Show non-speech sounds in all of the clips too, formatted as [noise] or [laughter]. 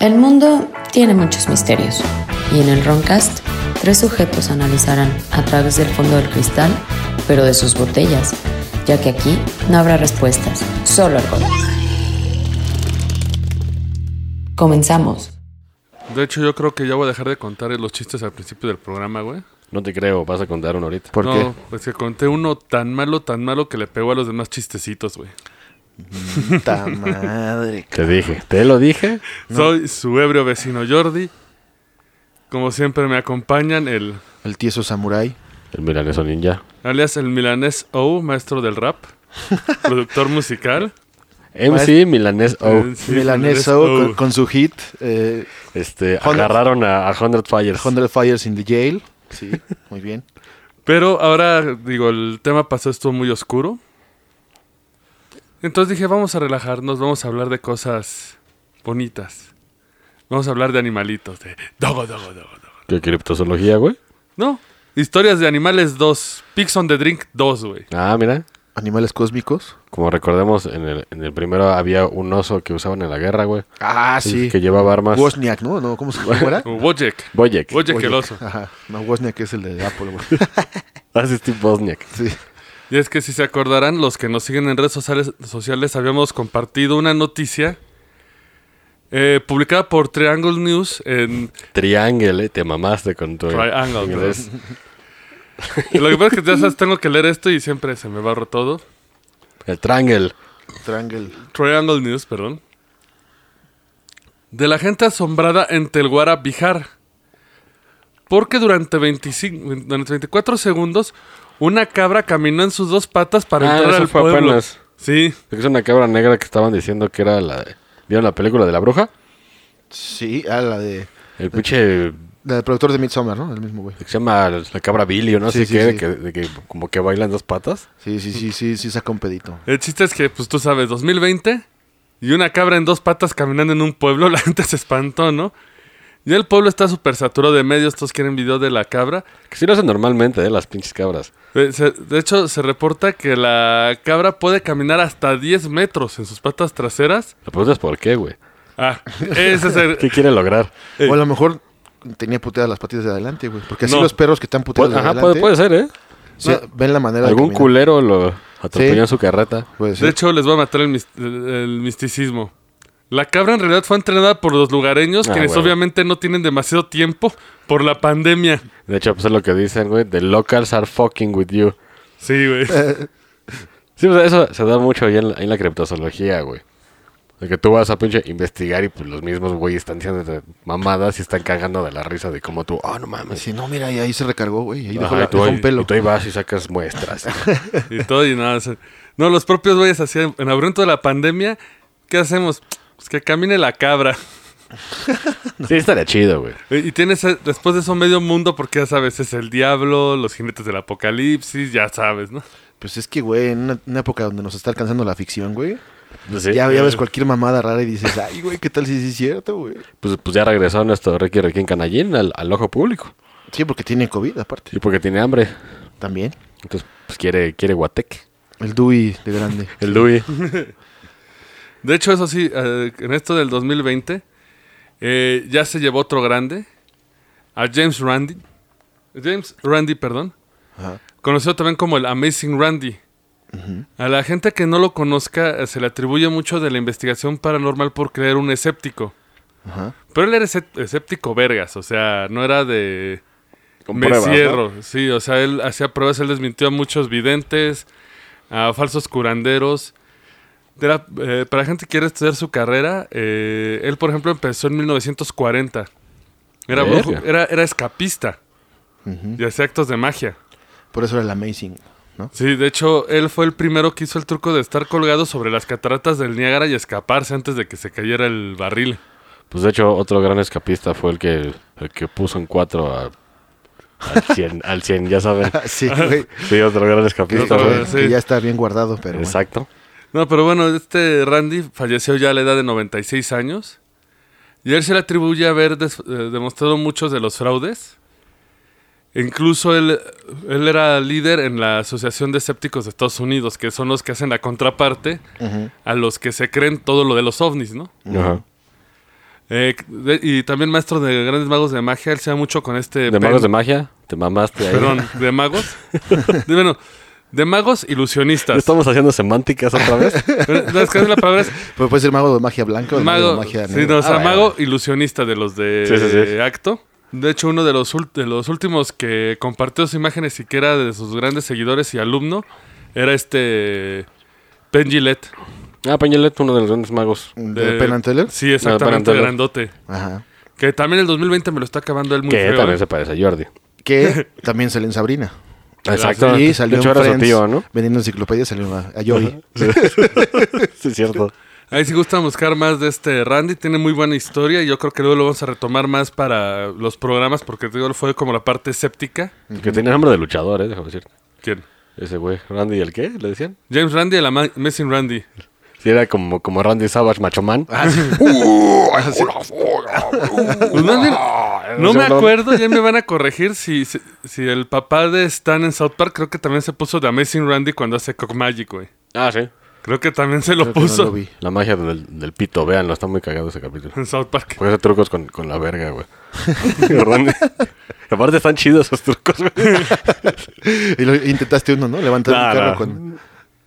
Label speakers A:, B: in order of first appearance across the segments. A: El mundo tiene muchos misterios y en el Roncast tres sujetos analizarán a través del fondo del cristal, pero de sus botellas, ya que aquí no habrá respuestas, solo alcohol. Comenzamos.
B: De hecho, yo creo que ya voy a dejar de contar los chistes al principio del programa, güey.
C: No te creo, vas a contar uno ahorita.
D: ¿Por
B: no,
D: qué?
B: es que conté uno tan malo, tan malo que le pegó a los demás chistecitos, güey.
D: [laughs] Puta madre.
C: Te dije, te lo dije.
B: Soy su ebrio vecino Jordi. Como siempre me acompañan el
D: El tieso samurái.
C: El milaneso ninja.
B: alias el milanés O, maestro del
D: [laughs]
B: rap, productor musical.
C: MC milanés O.
B: Eh, sí, milanés
D: Milaneso
B: O.
D: con, con su hit eh,
C: Este,
D: Hundred-
C: agarraron a, a Hundred Fires.
D: 100 Fires in the Jail. Sí, muy bien.
B: Pero ahora, digo, el tema pasó esto muy oscuro. Entonces dije, vamos a relajarnos, vamos a hablar de cosas bonitas. Vamos a hablar de animalitos, de dogo, dogo, dogo, dogo.
C: ¿Qué criptozoología, güey?
B: No, historias de animales 2, Pigs on the Drink 2, güey.
C: Ah, mira.
D: Animales cósmicos.
C: Como recordemos, en el, en el primero había un oso que usaban en la guerra, güey.
D: Ah, sí.
C: Que llevaba armas.
D: Wozniak, ¿no? ¿no? ¿Cómo se
B: [laughs]
D: llama?
B: O Wojek.
C: Boyek.
B: Wojek el oso.
D: Ajá. No, Wozniak es el de
B: [laughs]
D: Apple, güey.
C: Así Ah, Steve Bosniak.
D: Sí.
B: Y es que si se acordarán, los que nos siguen en redes sociales, sociales habíamos compartido una noticia eh, publicada por Triangle News en
C: Triangle, eh, te mamaste con tu
B: Triangle,
C: inglés.
B: Lo que pasa es que ya sabes, tengo que leer esto y siempre se me barro todo.
C: El Triangle.
D: Triangle.
B: Triangle News, perdón. De la gente asombrada en Telguara, Bihar. Porque durante, 25, durante 24 segundos, una cabra caminó en sus dos patas para
C: Ah,
B: entrar
C: eso
B: al
C: fue
B: pueblo.
C: apenas.
B: Sí,
C: Es una cabra negra que estaban diciendo que era la... de- ¿Vieron la película de la bruja?
D: Sí, ah, la de.
C: El pinche
D: La del productor de Midsommar, ¿no? El mismo, güey.
C: que se llama la cabra Billy o no
D: Sí,
C: sé
D: sí,
C: qué, de
D: sí.
C: que, de que como que bailan dos patas.
D: Sí, sí, sí, sí, sí, saca un pedito.
B: el chiste es que, pues tú sabes, 2020 y una cabra en dos patas caminando en un pueblo, [laughs] la gente se espantó, ¿no? Ya el pueblo está súper saturado de medios, todos quieren video de la cabra.
C: Que sí lo hacen normalmente, ¿eh? Las pinches cabras.
B: Eh, se- De hecho, se reporta que la cabra puede caminar hasta 10 metros en sus patas traseras.
C: La pregunta es por qué, güey.
B: Ah, ese es el...
C: [laughs] ¿Qué quieren lograr?
B: Eh.
D: O a lo mejor tenía puteadas las patillas de adelante, güey. Porque así
B: No.
D: los perros que están
C: Pu-
D: puteados de
C: ajá, puede,
D: adelante.
C: puede ser, ¿eh?
D: se- Ven la manera
C: Algún
D: de. caminar.
C: culero lo atropelló
D: Sí.
C: en su carreta.
D: Puede
B: De
D: ser.
B: hecho, les voy a matar el, mis- el- el misticismo. La cabra en realidad fue entrenada por los lugareños,
C: Ah,
B: quienes
C: huevo.
B: obviamente no tienen demasiado tiempo por la pandemia.
C: De hecho, pues es lo que dicen, güey. The locals are fucking with you.
B: Sí,
C: [laughs]
B: güey.
C: Sí, pues eso se da mucho ahí en la, en la criptozoología, güey. De que tú vas a pinche investigar y pues los mismos güey están diciendo de mamadas y están cagando de la risa de como tú, oh, no mames.
D: Sí, no, mira, y ahí se recargó, güey. Ahí dejó,
C: Ajá,
D: la-
C: y, tú
D: dejó
C: ahí,
D: un pelo.
C: y tú ahí vas y sacas
D: [laughs]
C: muestras.
B: Y todo y nada. o sea, no, los propios güeyes hacían... En abrunto de la pandemia, ¿qué hacemos? Pues que camine la cabra.
C: sí, estaría chido, güey.
B: Eh, Y tienes eh, después de eso medio mundo, porque ya sabes, es el diablo, los jinetes del apocalipsis, ya sabes, ¿no?
D: Pues es que, güey, en una, una época donde nos está alcanzando la ficción, güey.
C: Pues, sí.
D: Ya, ya ves cualquier mamada rara y dices, ay, güey, ¿qué tal si sí es cierto, güey?
C: pues, pues ya regresó nuestro Ricky Ricky en Canallín al, al ojo público.
D: Sí, porque tiene COVID, aparte.
C: Y porque tiene hambre.
D: También.
C: Entonces, pues quiere, quiere guatec.
D: El Dewey de grande.
C: El
D: [laughs]
C: Louis.
B: De hecho, eso sí, eh, en esto del 2020, eh, ya se llevó otro grande, a James Randy. James Randy, perdón.
D: Ajá.
B: Conocido también como el Amazing Randy. A la gente que no lo conozca eh, se le atribuye mucho de la investigación paranormal por creer un escéptico.
D: Ajá.
B: Pero él era escép- escéptico vergas, o sea, no era de...
C: Con
B: Me
C: pruebas, ¿no?
B: cierro. Sí, o sea, él hacía pruebas, él desmintió a muchos videntes, a falsos curanderos. De la- eh, para la gente que quiere estudiar su carrera, eh, él, por ejemplo, empezó en 1940. Era,
C: Verga.
B: brujo- era, era escapista y hacía actos de magia.
D: Por eso era el Amazing, ¿no? [laughs]
B: Sí, de hecho, él fue el primero que hizo el truco de estar colgado sobre las cataratas del Niágara y escaparse antes de que se cayera el barril.
C: Pues de hecho, otro gran escapista fue el que, el que puso en cuatro a- al 100, [laughs] al 100 ya saben.
D: Sí,
C: Ah, [laughs]
D: güey.
C: Sí, otro gran escapista.
B: Otro
C: güey.
B: gran- sí.
D: Que ya está bien guardado, pero bueno.
C: Exacto.
B: No, pero bueno, este Randy falleció ya a la edad de 96 años. Y él se le atribuye haber des- eh, demostrado muchos de los fraudes. Incluso él, él era líder en la Asociación de Escépticos de Estados Unidos, que son los que hacen la contraparte a los que se creen todo lo de los ovnis, ¿no?
C: Ajá.
B: Eh, de- y también maestro de grandes magos de magia, él se da mucho con este...
C: ¿De magos de
B: magos?
C: magia? ¿eh? ¿Te mamaste ahí?
B: Perdón, de
C: [laughs]
B: magos. De- bueno, de magos
C: ¿Ya
B: ilusionistas.
C: estamos haciendo semánticas otra
D: [laughs]
C: vez?
B: Pero, ¿Sabes qué es la palabra? Es
D: Pero puede ser mago de magia blanca o de mago, de
B: mago,
D: magia
B: sí,
D: negra.
B: no, o sea,
C: Ah, bueno.
B: mago ilusionista de los de
C: Sí, sí, sí.
B: acto. De hecho, uno de los, ul- de los últimos que compartió sus imágenes y que era de sus grandes seguidores y alumno era este Ben Gillette.
C: Ah, Peñalet, uno de los grandes magos.
D: ¿De Penn Teller?
B: Sí, exactamente,
C: Penn and
B: grandote.
D: Ajá.
B: Que también el 2020 me lo está acabando él muy
C: Que
B: feo,
C: también
B: ¿eh?
C: se parece a Jordi.
B: [laughs]
D: Que también salió en Sabrina.
C: Exacto.
D: Y Ah, salió
C: Ah, de hecho, era
D: en
C: su
D: Friends,
C: tío,
D: [laughs]
C: ¿no?
D: Vendiendo enciclopedias salió a, a Yogi.
C: Sí, es cierto.
B: Ahí sí gusta buscar más de este Randy, tiene muy buena historia y yo creo que luego lo vamos a retomar más para los programas porque te digo, fue como la parte escéptica.
C: Que tenía nombre de luchador, ¿eh? Déjame decir.
B: ¿Quién?
C: Ese güey. ¿Randy el qué? ¿Le decían?
B: James Randy, el ama- Amazing Randy.
C: Sí, era como, como Randy Savage, Uh, machoman. [laughs]
B: Pues más bien, no
C: Yo
B: me acuerdo,
D: [laughs]
B: ya me van a corregir si, si, si el papá de Stan en South Park creo que también se puso de Amazing Randy cuando hace Cock Magic, güey.
C: Ah, sí.
B: Creo que también se lo
D: Creo que no
B: puso
D: lo vi.
C: La magia del, del pito, véanlo, está muy cagado ese capítulo.
B: en South Park.
C: Puede hacer trucos con, con la verga, güey. Randy- Aparte están chidos esos trucos, güey.
D: Y lo intentaste uno, ¿no? Levantar
C: No,
D: un carro
C: no.
D: con.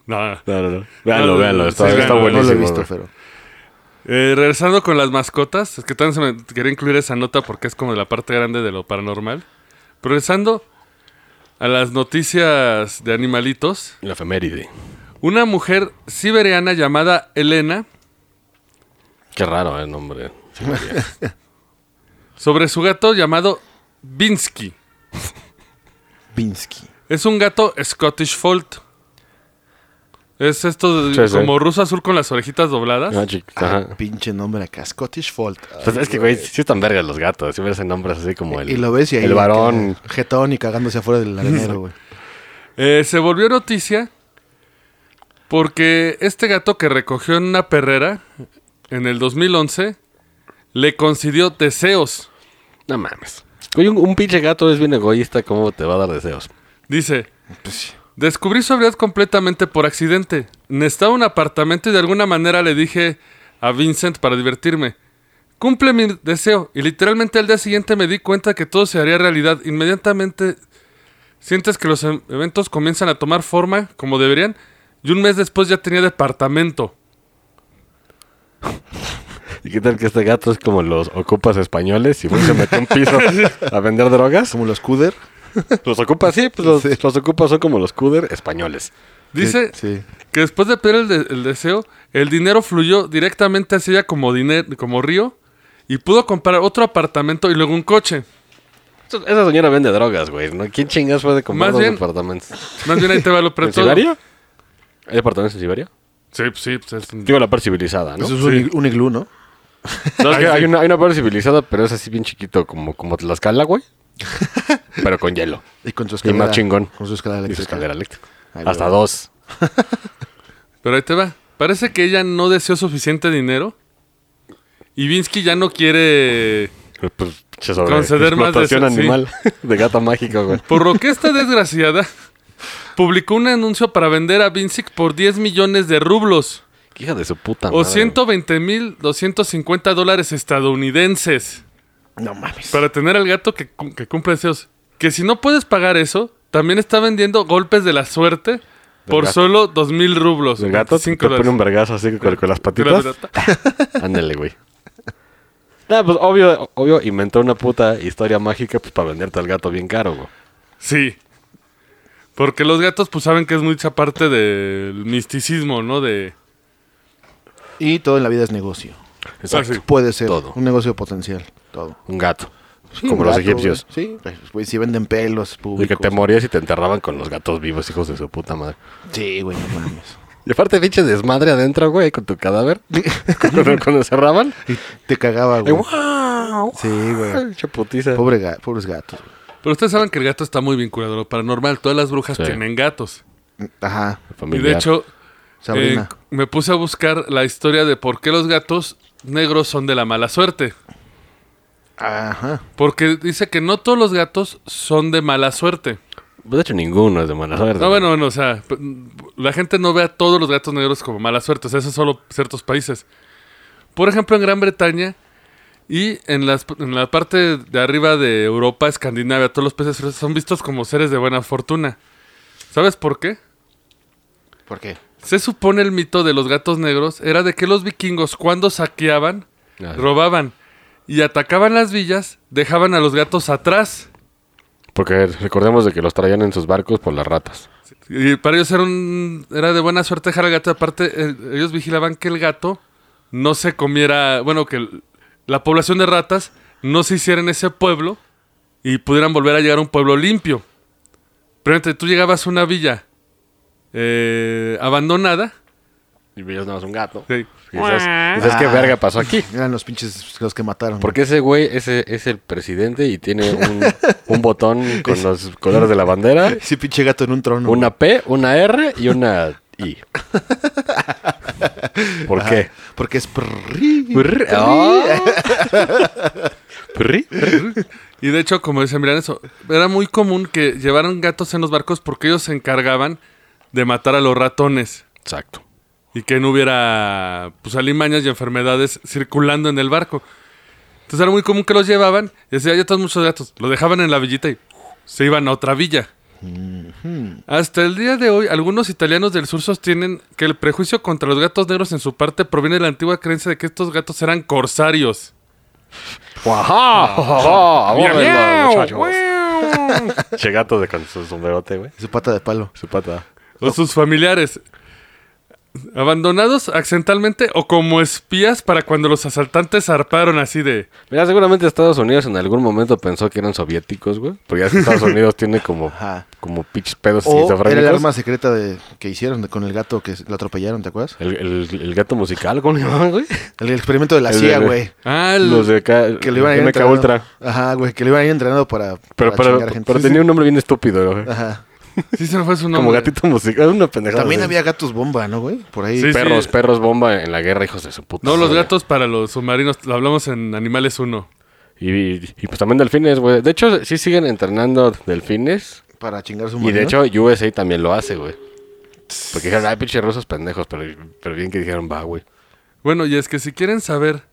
B: No.
C: No, no, no. Véanlo, véanlo, está,
B: Sí,
C: está
B: véanlo.
C: buenísimo.
D: no lo he visto,
C: güey.
D: pero.
B: Eh, regresando con las mascotas, es que también se me quería incluir esa nota porque es como la parte grande de lo paranormal. Pero regresando a las noticias de animalitos,
C: La efeméride.
B: una mujer siberiana llamada Elena,
C: Qué raro eh, el nombre. Sí,
B: sobre su gato llamado Binsky.
D: Pinsky.
B: Es un gato Scottish Fold. Es esto de-
C: Sí, sí.
B: como ruso azul con las orejitas dobladas.
C: Ah, chica,
D: Ah,
C: ajá.
D: pinche nombre acá. Scottish Fold. Ay,
C: Pues es que, güey, sí están vergas los gatos. Siempre hacen nombres así como el.
D: y lo ves y ahí.
C: El
D: acá,
C: varón.
D: Jetón y cagándose afuera del
C: [laughs]
D: arenero, güey.
B: Eh, se volvió noticia porque este gato que recogió en una perrera en el 2011 le concedió deseos.
C: No mames. Güey, un, un pinche gato es bien egoísta. ¿Cómo te va a dar deseos?
B: Dice,
D: Pues
B: descubrí su habilidad completamente por accidente. Necesitaba un apartamento y de alguna manera le dije a Vincent para divertirme. Cumple mi deseo. Y literalmente al día siguiente me di cuenta que todo se haría realidad. Inmediatamente sientes que los em- eventos comienzan a tomar forma como deberían. Y un mes después ya tenía departamento.
C: ¿Y qué tal que este gato es como los ocupas españoles y güey, se metió un
D: [laughs]
C: piso a vender drogas?
D: Como los Cuder.
C: Los ocupas, sí, pues los,
D: Sí.
C: los ocupas son como los cuder españoles.
B: Dice
D: Sí.
B: que después de pedir el, de- el deseo, el dinero fluyó directamente hacia ella como, diner- como río y pudo comprar otro apartamento y luego un coche.
C: Eso- Esa señora vende drogas, güey. ¿no? ¿Quién chingas puede comprar
B: Más
C: dos
B: bien-
C: departamentos?
B: Más bien ahí te va lo
C: ¿En
B: preto.
C: Siberia? ¿Hay departamentos en Siberia?
B: Sí, pues sí, pues es un-
C: Digo, la parte civilizada, ¿no?
D: Eso es un,
B: Sí.
D: ig- un iglú, ¿no?
C: ¿Sabes qué? Hay una, hay una parte civilizada, pero es así bien chiquito, como, como Tlaxcala, [laughs] güey. pero con hielo.
D: Y con
C: Y
D: su escalera.
C: más chingón.
D: Con su
C: Y
D: escalera
C: su
D: eléctrica.
C: escalera eléctrica.
D: Ahí lo
C: Hasta
D: veo.
C: dos.
B: Pero ahí te va. Parece que ella no deseó suficiente dinero y Vinsky ya no quiere...
C: Pues, che, sobre
B: Conceder más
C: explotación
B: de eso, sí.
C: animal de gata mágico, güey.
B: Por lo que
C: [laughs]
B: esta desgraciada publicó un anuncio para vender a Vinsky por 10 millones de rublos
C: Qué Hija de su puta Ah, madre.
B: o 120 mil 250 dólares estadounidenses.
D: No mames.
B: Para tener al gato que, cu- que cumple deseos. Que si no puedes pagar eso, también está vendiendo golpes de la suerte por
C: gato.
B: solo dos mil rublos.
C: El gato te,
B: 25
C: te pone un
B: dólares.
C: vergazo así con, con las
B: Pero,
C: patitas.
B: pero,
C: Ándale, güey. Nah, pues obvio, obvio inventó una puta historia mágica pues, para venderte al gato bien caro, güey.
B: Ah, Sí. Porque los gatos, pues saben que es mucha parte del misticismo, ¿no? De.
D: Y todo en la vida es negocio.
B: Exacto.
D: Puede ser.
C: Todo.
D: Un negocio potencial. Todo.
C: Un gato.
D: Sí,
C: como
D: un
C: los
D: gato,
C: egipcios.
D: güey. Sí, pues, güey, si venden pelos
C: De que
D: públicos.
C: te morías y te enterraban con los gatos vivos, hijos de su puta madre.
D: Sí, güey, no mames. [laughs]
C: Y aparte, pinche desmadre adentro, güey, con tu cadáver. [laughs] cuando, cuando cerraban.
D: Y te cagaba,
C: ¡Ay,
D: güey.
C: ¡Wow!
D: Sí, güey.
C: Ay, chaputiza.
D: Pobre ga- pobres gatos.
B: Pero ustedes saben que el gato está muy vinculado a lo paranormal. Todas las brujas
C: Sí.
B: tienen gatos.
D: güey. Ajá.
B: Y de
C: Familiar.
B: hecho,
D: Sabrina.
B: eh, me puse a buscar la historia de por qué los gatos negros son de la mala suerte.
C: Eh,
D: Ajá.
B: Porque dice que no todos los gatos son de mala suerte.
C: pues, De hecho, ninguno es de mala suerte.
B: No, bueno, bueno, o sea, p- la gente no ve a todos los gatos negros como mala suerte, o sea, eso es solo ciertos países. Por ejemplo, en Gran Bretaña y en, las- en la parte de arriba de Europa, Escandinavia, todos los peces frescos son vistos como seres de buena fortuna. ¿Sabes por qué?
D: ¿Por qué?
B: Se supone el mito de los gatos negros era de que los vikingos cuando saqueaban,
C: Ah.
B: robaban y atacaban las villas, dejaban a los gatos atrás.
C: Porque recordemos de que los traían en sus barcos por las ratas.
B: Y para ellos era, un- era de buena suerte dejar al gato. Aparte, el- ellos vigilaban que el gato no se comiera, bueno, que el- la población de ratas no se hiciera en ese pueblo y pudieran volver a llegar a un pueblo limpio. Pero entre tú llegabas a una villa eh, abandonada.
C: Y veías nada más un gato.
B: sí,
C: Y dices, [laughs] dices, ¿qué verga pasó
D: [laughs]
C: aquí?
D: Eran los pinches los que mataron.
C: Porque ese güey ese es el presidente y tiene un, un botón con los colores de la bandera,
D: Ese pinche gato en un trono.
C: una P, una R y una I. ¿Por
D: Ajá.
C: qué?
D: Porque es prrri.
C: Prrri. Ah. Prrri.
B: Y de hecho, como dice, miran eso, era muy común que llevaran gatos en los barcos porque ellos se encargaban de matar a los ratones
C: [laughs] Exacto.
B: y que no hubiera pues alimañas y enfermedades circulando en el barco. Entonces era muy común que los llevaban y decía, ya están muchos gatos, los dejaban en la villita y uf, se iban a otra villa. Hasta el día de hoy, algunos italianos del sur sostienen que el prejuicio contra los gatos negros en su parte proviene de la antigua creencia de que estos gatos eran corsarios.
C: ¡Guajá! ¡Guajá! ¡Abórrenlo,
B: ¡Miau!
C: Ah, muchachos! Che gato de con su sombrerote, güey.
D: Su pata de palo.
C: Su pata.
B: o sus familiares. Abandonados accidentalmente o como espías para cuando los asaltantes zarparon así de...
C: Mira, seguramente Estados Unidos en algún momento pensó que eran soviéticos, güey. Porque ya es que Estados Unidos tiene como,
D: [laughs] Ajá.
C: como pinches pedos
D: O era el
C: esquizofrénicos.
D: arma secreta de, que hicieron de- con el gato que lo atropellaron, ¿te acuerdas?
C: El, el- el gato musical, ¿cómo le llamaban, güey?
D: El, experimento de la
C: El-
D: CIA,
C: el-
D: güey.
B: Ah, el-
C: Los de acá,
D: Que lo iban a ir
C: MK
D: entrenando.
C: Ultra.
D: Ajá, güey, que lo iban a ir entrenando para,
C: Pero,
D: para
C: pero,
D: chingar gente.
C: pero
D: Sí,
C: tenía un nombre bien estúpido, güey.
D: sí. Ajá.
B: sí se me fue su nombre.
C: Como gatito musical, una pendejada.
D: También
C: así.
D: había gatos bomba, ¿no, güey? Por ahí.
B: Sí, sí.
C: perros, perros bomba en la guerra, hijos de su puta.
B: No, los
C: madre.
B: gatos para los submarinos, lo hablamos en Animales 1.
C: Y, y- y pues también delfines, güey. De hecho, sí siguen entrenando delfines.
D: Para chingar su
C: Y
D: marino.
C: de hecho, USA también lo hace, güey. Porque dijeron, ay, pinche rusos pendejos. Pero, pero bien que dijeron, va, güey.
B: Bueno, y es que si quieren saber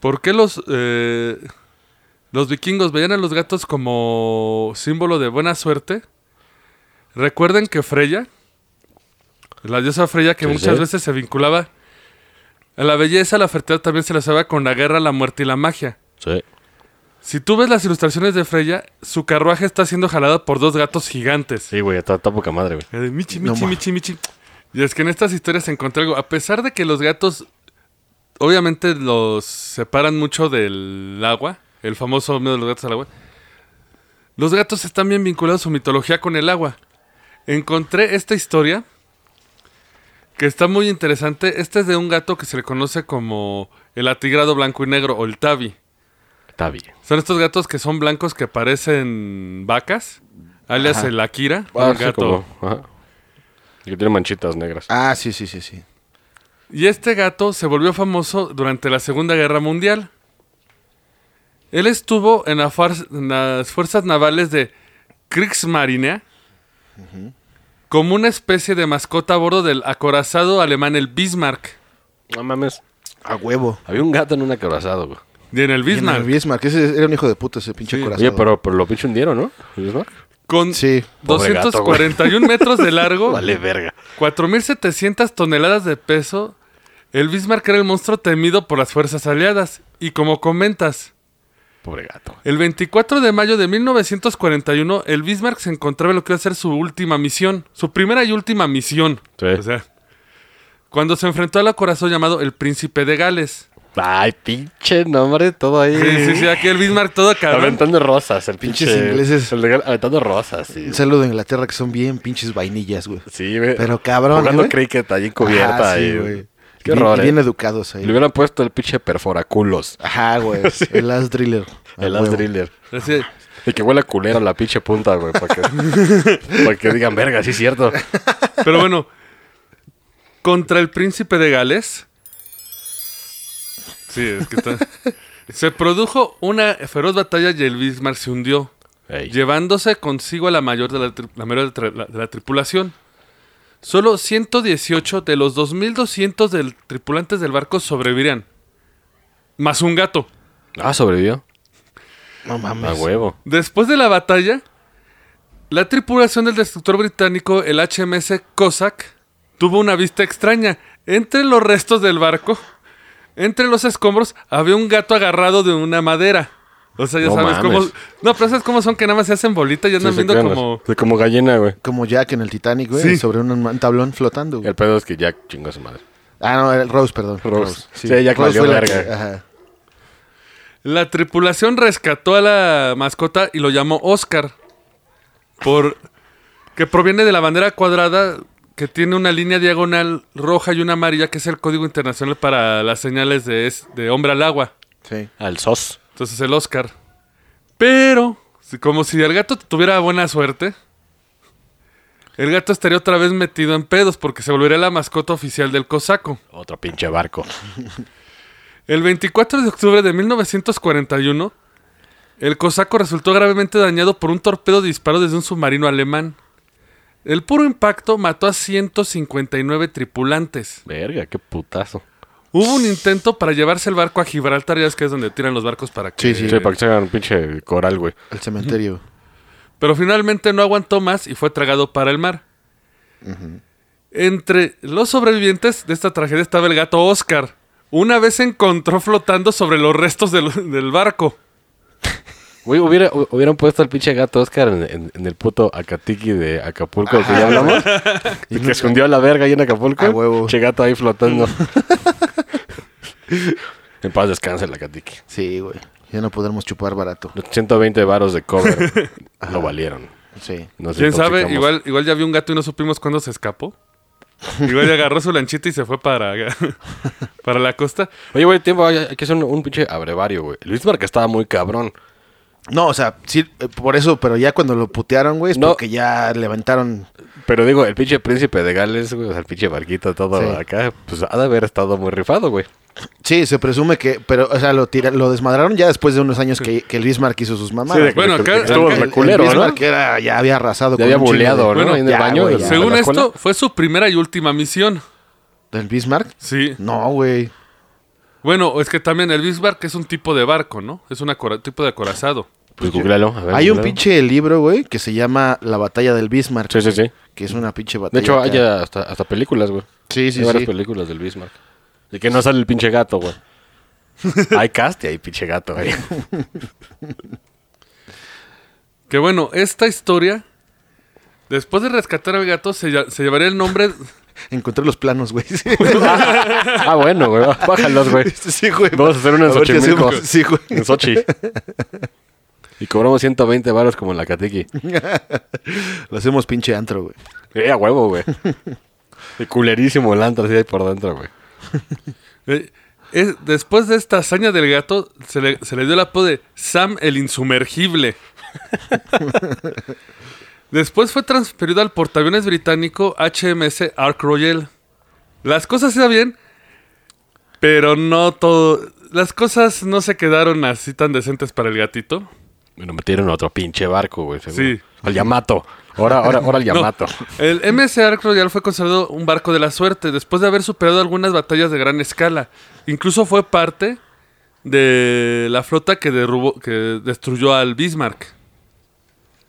B: por qué los, eh, los vikingos veían a los gatos como símbolo de buena suerte, recuerden que Freya, la diosa Freya que
C: Sí,
B: muchas
C: sí.
B: veces se vinculaba a la belleza, la fertilidad también se la asociaba con la guerra, la muerte y la magia.
C: Sí.
B: Si tú ves las ilustraciones de Freya, su carruaje está siendo jalado por dos gatos gigantes.
C: Sí, güey, está, está poca madre, güey.
B: Eh, Michi,
D: No
B: Michi,
D: ma-
B: Michi, Michi. Y es que en estas historias encontré algo. A pesar de que los gatos, obviamente los separan mucho del agua, el famoso miedo de los gatos al agua, los gatos están bien vinculados su mitología con el agua. Encontré esta historia que está muy interesante. Esta es de un gato que se le conoce como el atigrado blanco y negro o el tabi.
C: Está bien.
B: Son estos gatos que son blancos que parecen vacas, alias el Akira,
C: Ah,
B: un
C: sí,
B: gato.
C: como- ajá. Y Que tiene manchitas negras.
D: Ah, sí, sí, sí, sí.
B: Y este gato se volvió famoso durante la Segunda Guerra Mundial. Él estuvo en, la fuer- en las fuerzas navales de Kriegsmarine como una especie de mascota a bordo del acorazado alemán el Bismarck.
C: No mames.
D: A huevo.
C: Había un gato en un acorazado, güey.
B: Y en el
D: Y en el
B: Bismarck.
D: Bismarck, ese era un hijo de puta ese pinche
B: Sí.
D: corazón.
C: Oye, pero, pero lo pinche hundieron, ¿no? Bismarck.
B: Con
D: Sí.
C: Pobre gato,
B: 241 metros de largo,
C: Vale, verga.
B: 4.700 toneladas de peso, el Bismarck era el monstruo temido por las fuerzas aliadas. Y como comentas,
C: Pobre gato. güey.
B: El 24 de mayo de 1941, el Bismarck se encontraba en lo que iba a ser su última misión, su primera y última misión.
C: Sí.
B: O sea, cuando se enfrentó al acorazado llamado el Príncipe de Gales.
C: Ay, pinche nombre, todo ahí.
B: Sí, sí, sí, aquí el Bismarck todo cabrón.
C: Aventando rosas, el pinche.
D: Pinches ingleses.
C: El de, aventando rosas, sí.
D: Un saludo de Inglaterra que son bien pinches vainillas, güey.
C: Sí, güey.
D: Pero cabrón,
C: Jugando
D: ¿eh, güey?
C: cricket ahí cubierta.
D: Ajá, sí,
C: ahí,
D: güey.
C: Qué
D: Bien-
C: horror,
D: Bien,
C: eh.
D: educados ahí.
C: Le hubieran puesto el pinche perforaculos. [laughs]
D: Ajá, güey. El as driller. A
C: El as
D: huevo.
C: driller.
B: Así,
C: Y que huele a culero la pinche punta, güey. Para [laughs] que, para que digan, verga, sí es cierto.
B: Pero bueno, contra el Príncipe de Gales. Sí, es que está. Se produjo una feroz batalla y el Bismarck se hundió,
C: Ey.
B: llevándose consigo a la mayor de la, tri- la mayor de tra- la- de la tripulación. Solo 118 de los 2.200 del- tripulantes del barco sobrevivirían. Más un gato.
C: Ah, sobrevivió.
D: No mames.
C: A huevo.
B: Después de la batalla, la tripulación del destructor británico, el HMS Cossack, tuvo una vista extraña. Entre los restos del barco, entre los escombros, había un gato agarrado de una madera. O sea, ya
C: No
B: sabes
C: mames.
B: cómo. No, pero sabes cómo son que nada más se hacen bolita y andan
C: Sí, sí,
B: viendo
C: claro.
B: como.
C: Sí, como gallina, güey.
D: Como Jack en el Titanic, güey,
B: Sí.
D: sobre un man- tablón flotando. güey.
C: El pedo es que Jack chingó a su madre.
D: Ah, no, el Rose, perdón.
C: Rose. Sí, Jack valió
D: fue la
C: verga.
D: que- ajá.
B: La tripulación rescató a la mascota y lo llamó Oscar. Por. que proviene de la bandera cuadrada que tiene una línea diagonal roja y una amarilla, que es el código internacional para las señales de, es- de hombre al agua.
D: Sí.
C: Al SOS.
B: Entonces el Oscar. Pero, si- como si el gato tuviera buena suerte, el gato estaría otra vez metido en pedos porque se volvería la mascota oficial del cosaco.
C: Otro pinche barco.
B: El 24 de octubre de 1941, el cosaco resultó gravemente dañado por un torpedo de disparo desde un submarino alemán. El puro impacto mató a 159 tripulantes.
C: Verga, qué putazo.
B: Hubo un intento para llevarse el barco a Gibraltar, ya es que es donde tiran los barcos para que...
D: Sí,
C: Sí, para que se hagan un pinche coral, güey.
D: El cementerio.
B: Pero finalmente no aguantó más y fue tragado para el mar. Entre los sobrevivientes de esta tragedia estaba el gato Oscar. Una vez se encontró flotando sobre los restos del, del barco.
C: Güey, hubiera, hu- hubieran puesto al pinche gato Oscar en, en- en el puto Acatiki de Acapulco, del que ya hablamos. y que se hundió a la verga ahí en Acapulco.
D: A huevo.
C: Che gato ahí
D: [laughs]
C: flotando. en paz descansa el Acatiki.
D: [laughs] Sí, güey. Ya no podremos chupar barato.
C: Los 120 varos de cover lo valieron.
D: Sí.
C: Nos
B: ¿Quién sabe?
C: intoxicamos.
B: Igual, igual ya vio un gato y no supimos cuándo se escapó. Igual ya agarró su lanchita y se fue para, [laughs] para la costa.
C: Oye, güey, tiempo, hay, hay que hacer un, un pinche abrevario, güey. El Bismarck estaba muy cabrón.
D: No, o sea, sí, eh, por eso, pero ya cuando lo putearon, güey, es
C: No.
D: porque ya levantaron.
C: Pero digo, el pinche príncipe de Gales, güey, o sea, el pinche barquito todo
D: Sí.
C: acá, pues ha de haber estado muy rifado, güey.
D: Sí, se presume que, pero, o sea, lo, tira- lo desmadraron ya después de unos años que, que el Bismarck hizo sus mamadas.
C: Sí,
D: güey.
C: de-
B: Bueno,
C: de-
B: acá-
C: de- estuvo
B: acá-
C: el
B: el
C: culero,
D: el
C: ¿no?
D: Bismarck era, ya había arrasado.
C: Ya había
D: un chingo
C: buleado,
D: de-
C: ¿no?
B: Bueno,
C: Ahí en el
D: ya,
C: baño.
D: güey,
C: de la-
D: ya.
C: de la
B: Según
C: escuela.
B: esto, fue su primera y última misión.
D: ¿Del Bismarck?
B: Sí.
D: No, güey.
B: Bueno, es que también el Bismarck es un tipo de barco, ¿no? Es un acora- tipo de acorazado.
C: Pues googlealo. a ver,
D: Hay un
C: googlealo.
D: pinche libro, güey, que se llama La batalla del Bismarck.
C: Sí, sí, sí.
D: Que es una pinche batalla.
C: De hecho, hay
D: acá.
C: hasta, hasta películas, güey.
D: Sí, sí,
C: Hay varias
D: sí.
C: películas del Bismarck. Y que no sale el pinche gato, [laughs] güey. hay cast y hay pinche gato, güey.
B: Que bueno, esta historia, después de rescatar al gato, se, lla- se llevaría el nombre.
D: Encontré los
C: [laughs]
D: planos, güey. Sí,
C: [laughs] ah, bueno, güey. Bájalos, [laughs] Este güey.
D: [laughs] Sí, güey.
C: Vamos a hacer uno en
D: A ver qué
C: Xochimilco.
D: hacemos. Sí, güey.
C: En Sochi. Y cobramos 120 varos como en la Catequi.
D: Lo hacemos pinche antro, güey.
C: Eh, a huevo, güey. Y culerísimo el antro así ahí por dentro, güey.
B: eh, es- después de esta hazaña del gato, se le, se le dio el apodo de Sam el Insumergible. después fue transferido al portaaviones británico HMS Ark Royal. Las cosas iban bien, pero no todo. Las cosas no se quedaron así tan decentes para el gatito.
C: Bueno, metieron a otro pinche barco, güey. seguro.
B: Sí.
C: Al Yamato. Ahora, ahora, ahora al
B: No,
C: Yamato.
B: El MS Ark Royal fue considerado un barco de la suerte después de haber superado algunas batallas de gran escala. Incluso fue parte de la flota que, derrubó, que destruyó al Bismarck.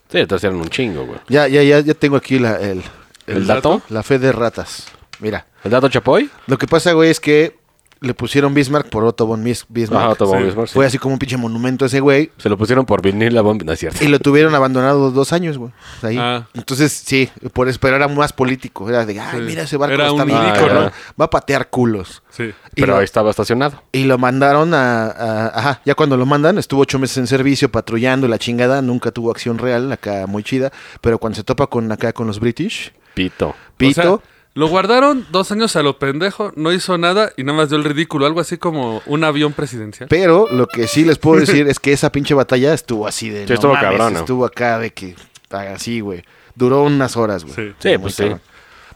C: Sí, entonces eran un chingo, güey.
D: Ya, ya, ya, ya tengo aquí la, el,
C: ¿El dato?
D: la fe de ratas. Mira,
C: ¿El dato Chapoy?
D: lo que pasa, güey, es que le pusieron Bismarck por Otto von Mis- Bismarck.
C: Ajá, Otto von
B: sí.
C: Bismarck, sí.
D: Fue así como un pinche monumento ese, güey.
C: Se lo pusieron por vinil la bomba. No es cierto.
D: Y lo tuvieron abandonado dos años, güey. pues, Ahí.
B: Ah.
D: Entonces, sí, por eso, pero era más político. Era de, ay,
B: Sí.
D: mira ese barco
B: Era
D: está
B: un
D: bien,
C: ícono. Ah,
D: cabrón. Va a patear culos.
B: Sí.
D: Y
C: Pero
D: lo-
C: ahí estaba estacionado.
D: Y lo mandaron a, a- Ajá, ya cuando lo mandan, estuvo ocho meses en servicio, patrullando y la chingada, nunca tuvo acción real, acá muy chida. Pero cuando se topa con acá con los British,
C: Pito.
D: Pito,
B: O sea, lo guardaron dos años a lo pendejo, no hizo nada y nada más dio el ridículo, algo así como un avión presidencial.
D: pero lo que sí les puedo decir es que esa pinche batalla estuvo así de.
C: Sí, estuvo cabrón, ¿no?
D: Estuvo acá de que. Así, güey. Duró unas horas, güey.
B: Sí.
C: Sí,
D: Muy
C: pues sí.
D: cabrón.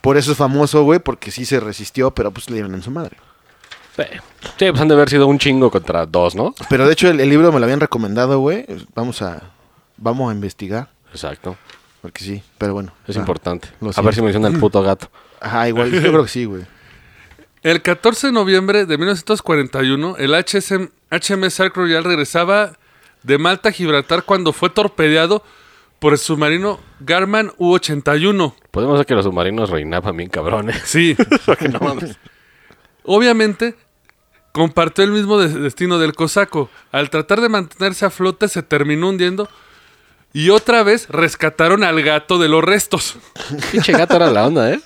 D: Por eso es famoso, güey, porque sí se resistió, pero pues le dieron en su madre.
C: Sí, Sí, pues han de haber sido un chingo contra dos, ¿no?
D: Pero de hecho el, el libro me lo habían recomendado, güey. Vamos a, vamos a investigar,
C: Exacto.
D: porque sí, pero bueno.
C: Es
D: Ah,
C: importante.
D: lo
C: A ver
D: siento.
C: si mencionan el puto gato.
D: Ajá, igual, yo creo que
C: [laughs]
D: sí, güey.
B: El 14 de noviembre de 1941, el HSM, HM Sark Royal regresaba de Malta a Gibraltar cuando fue torpedeado por el submarino Garman U-81.
C: Podemos ver que los submarinos reinaban bien cabrones. [laughs]
B: Sí,
C: no mames.
B: obviamente compartió el mismo des- destino del cosaco. Al tratar de mantenerse a flote, se terminó hundiendo y otra vez rescataron al gato de los restos.
C: Pinche gato era la onda, ¿eh?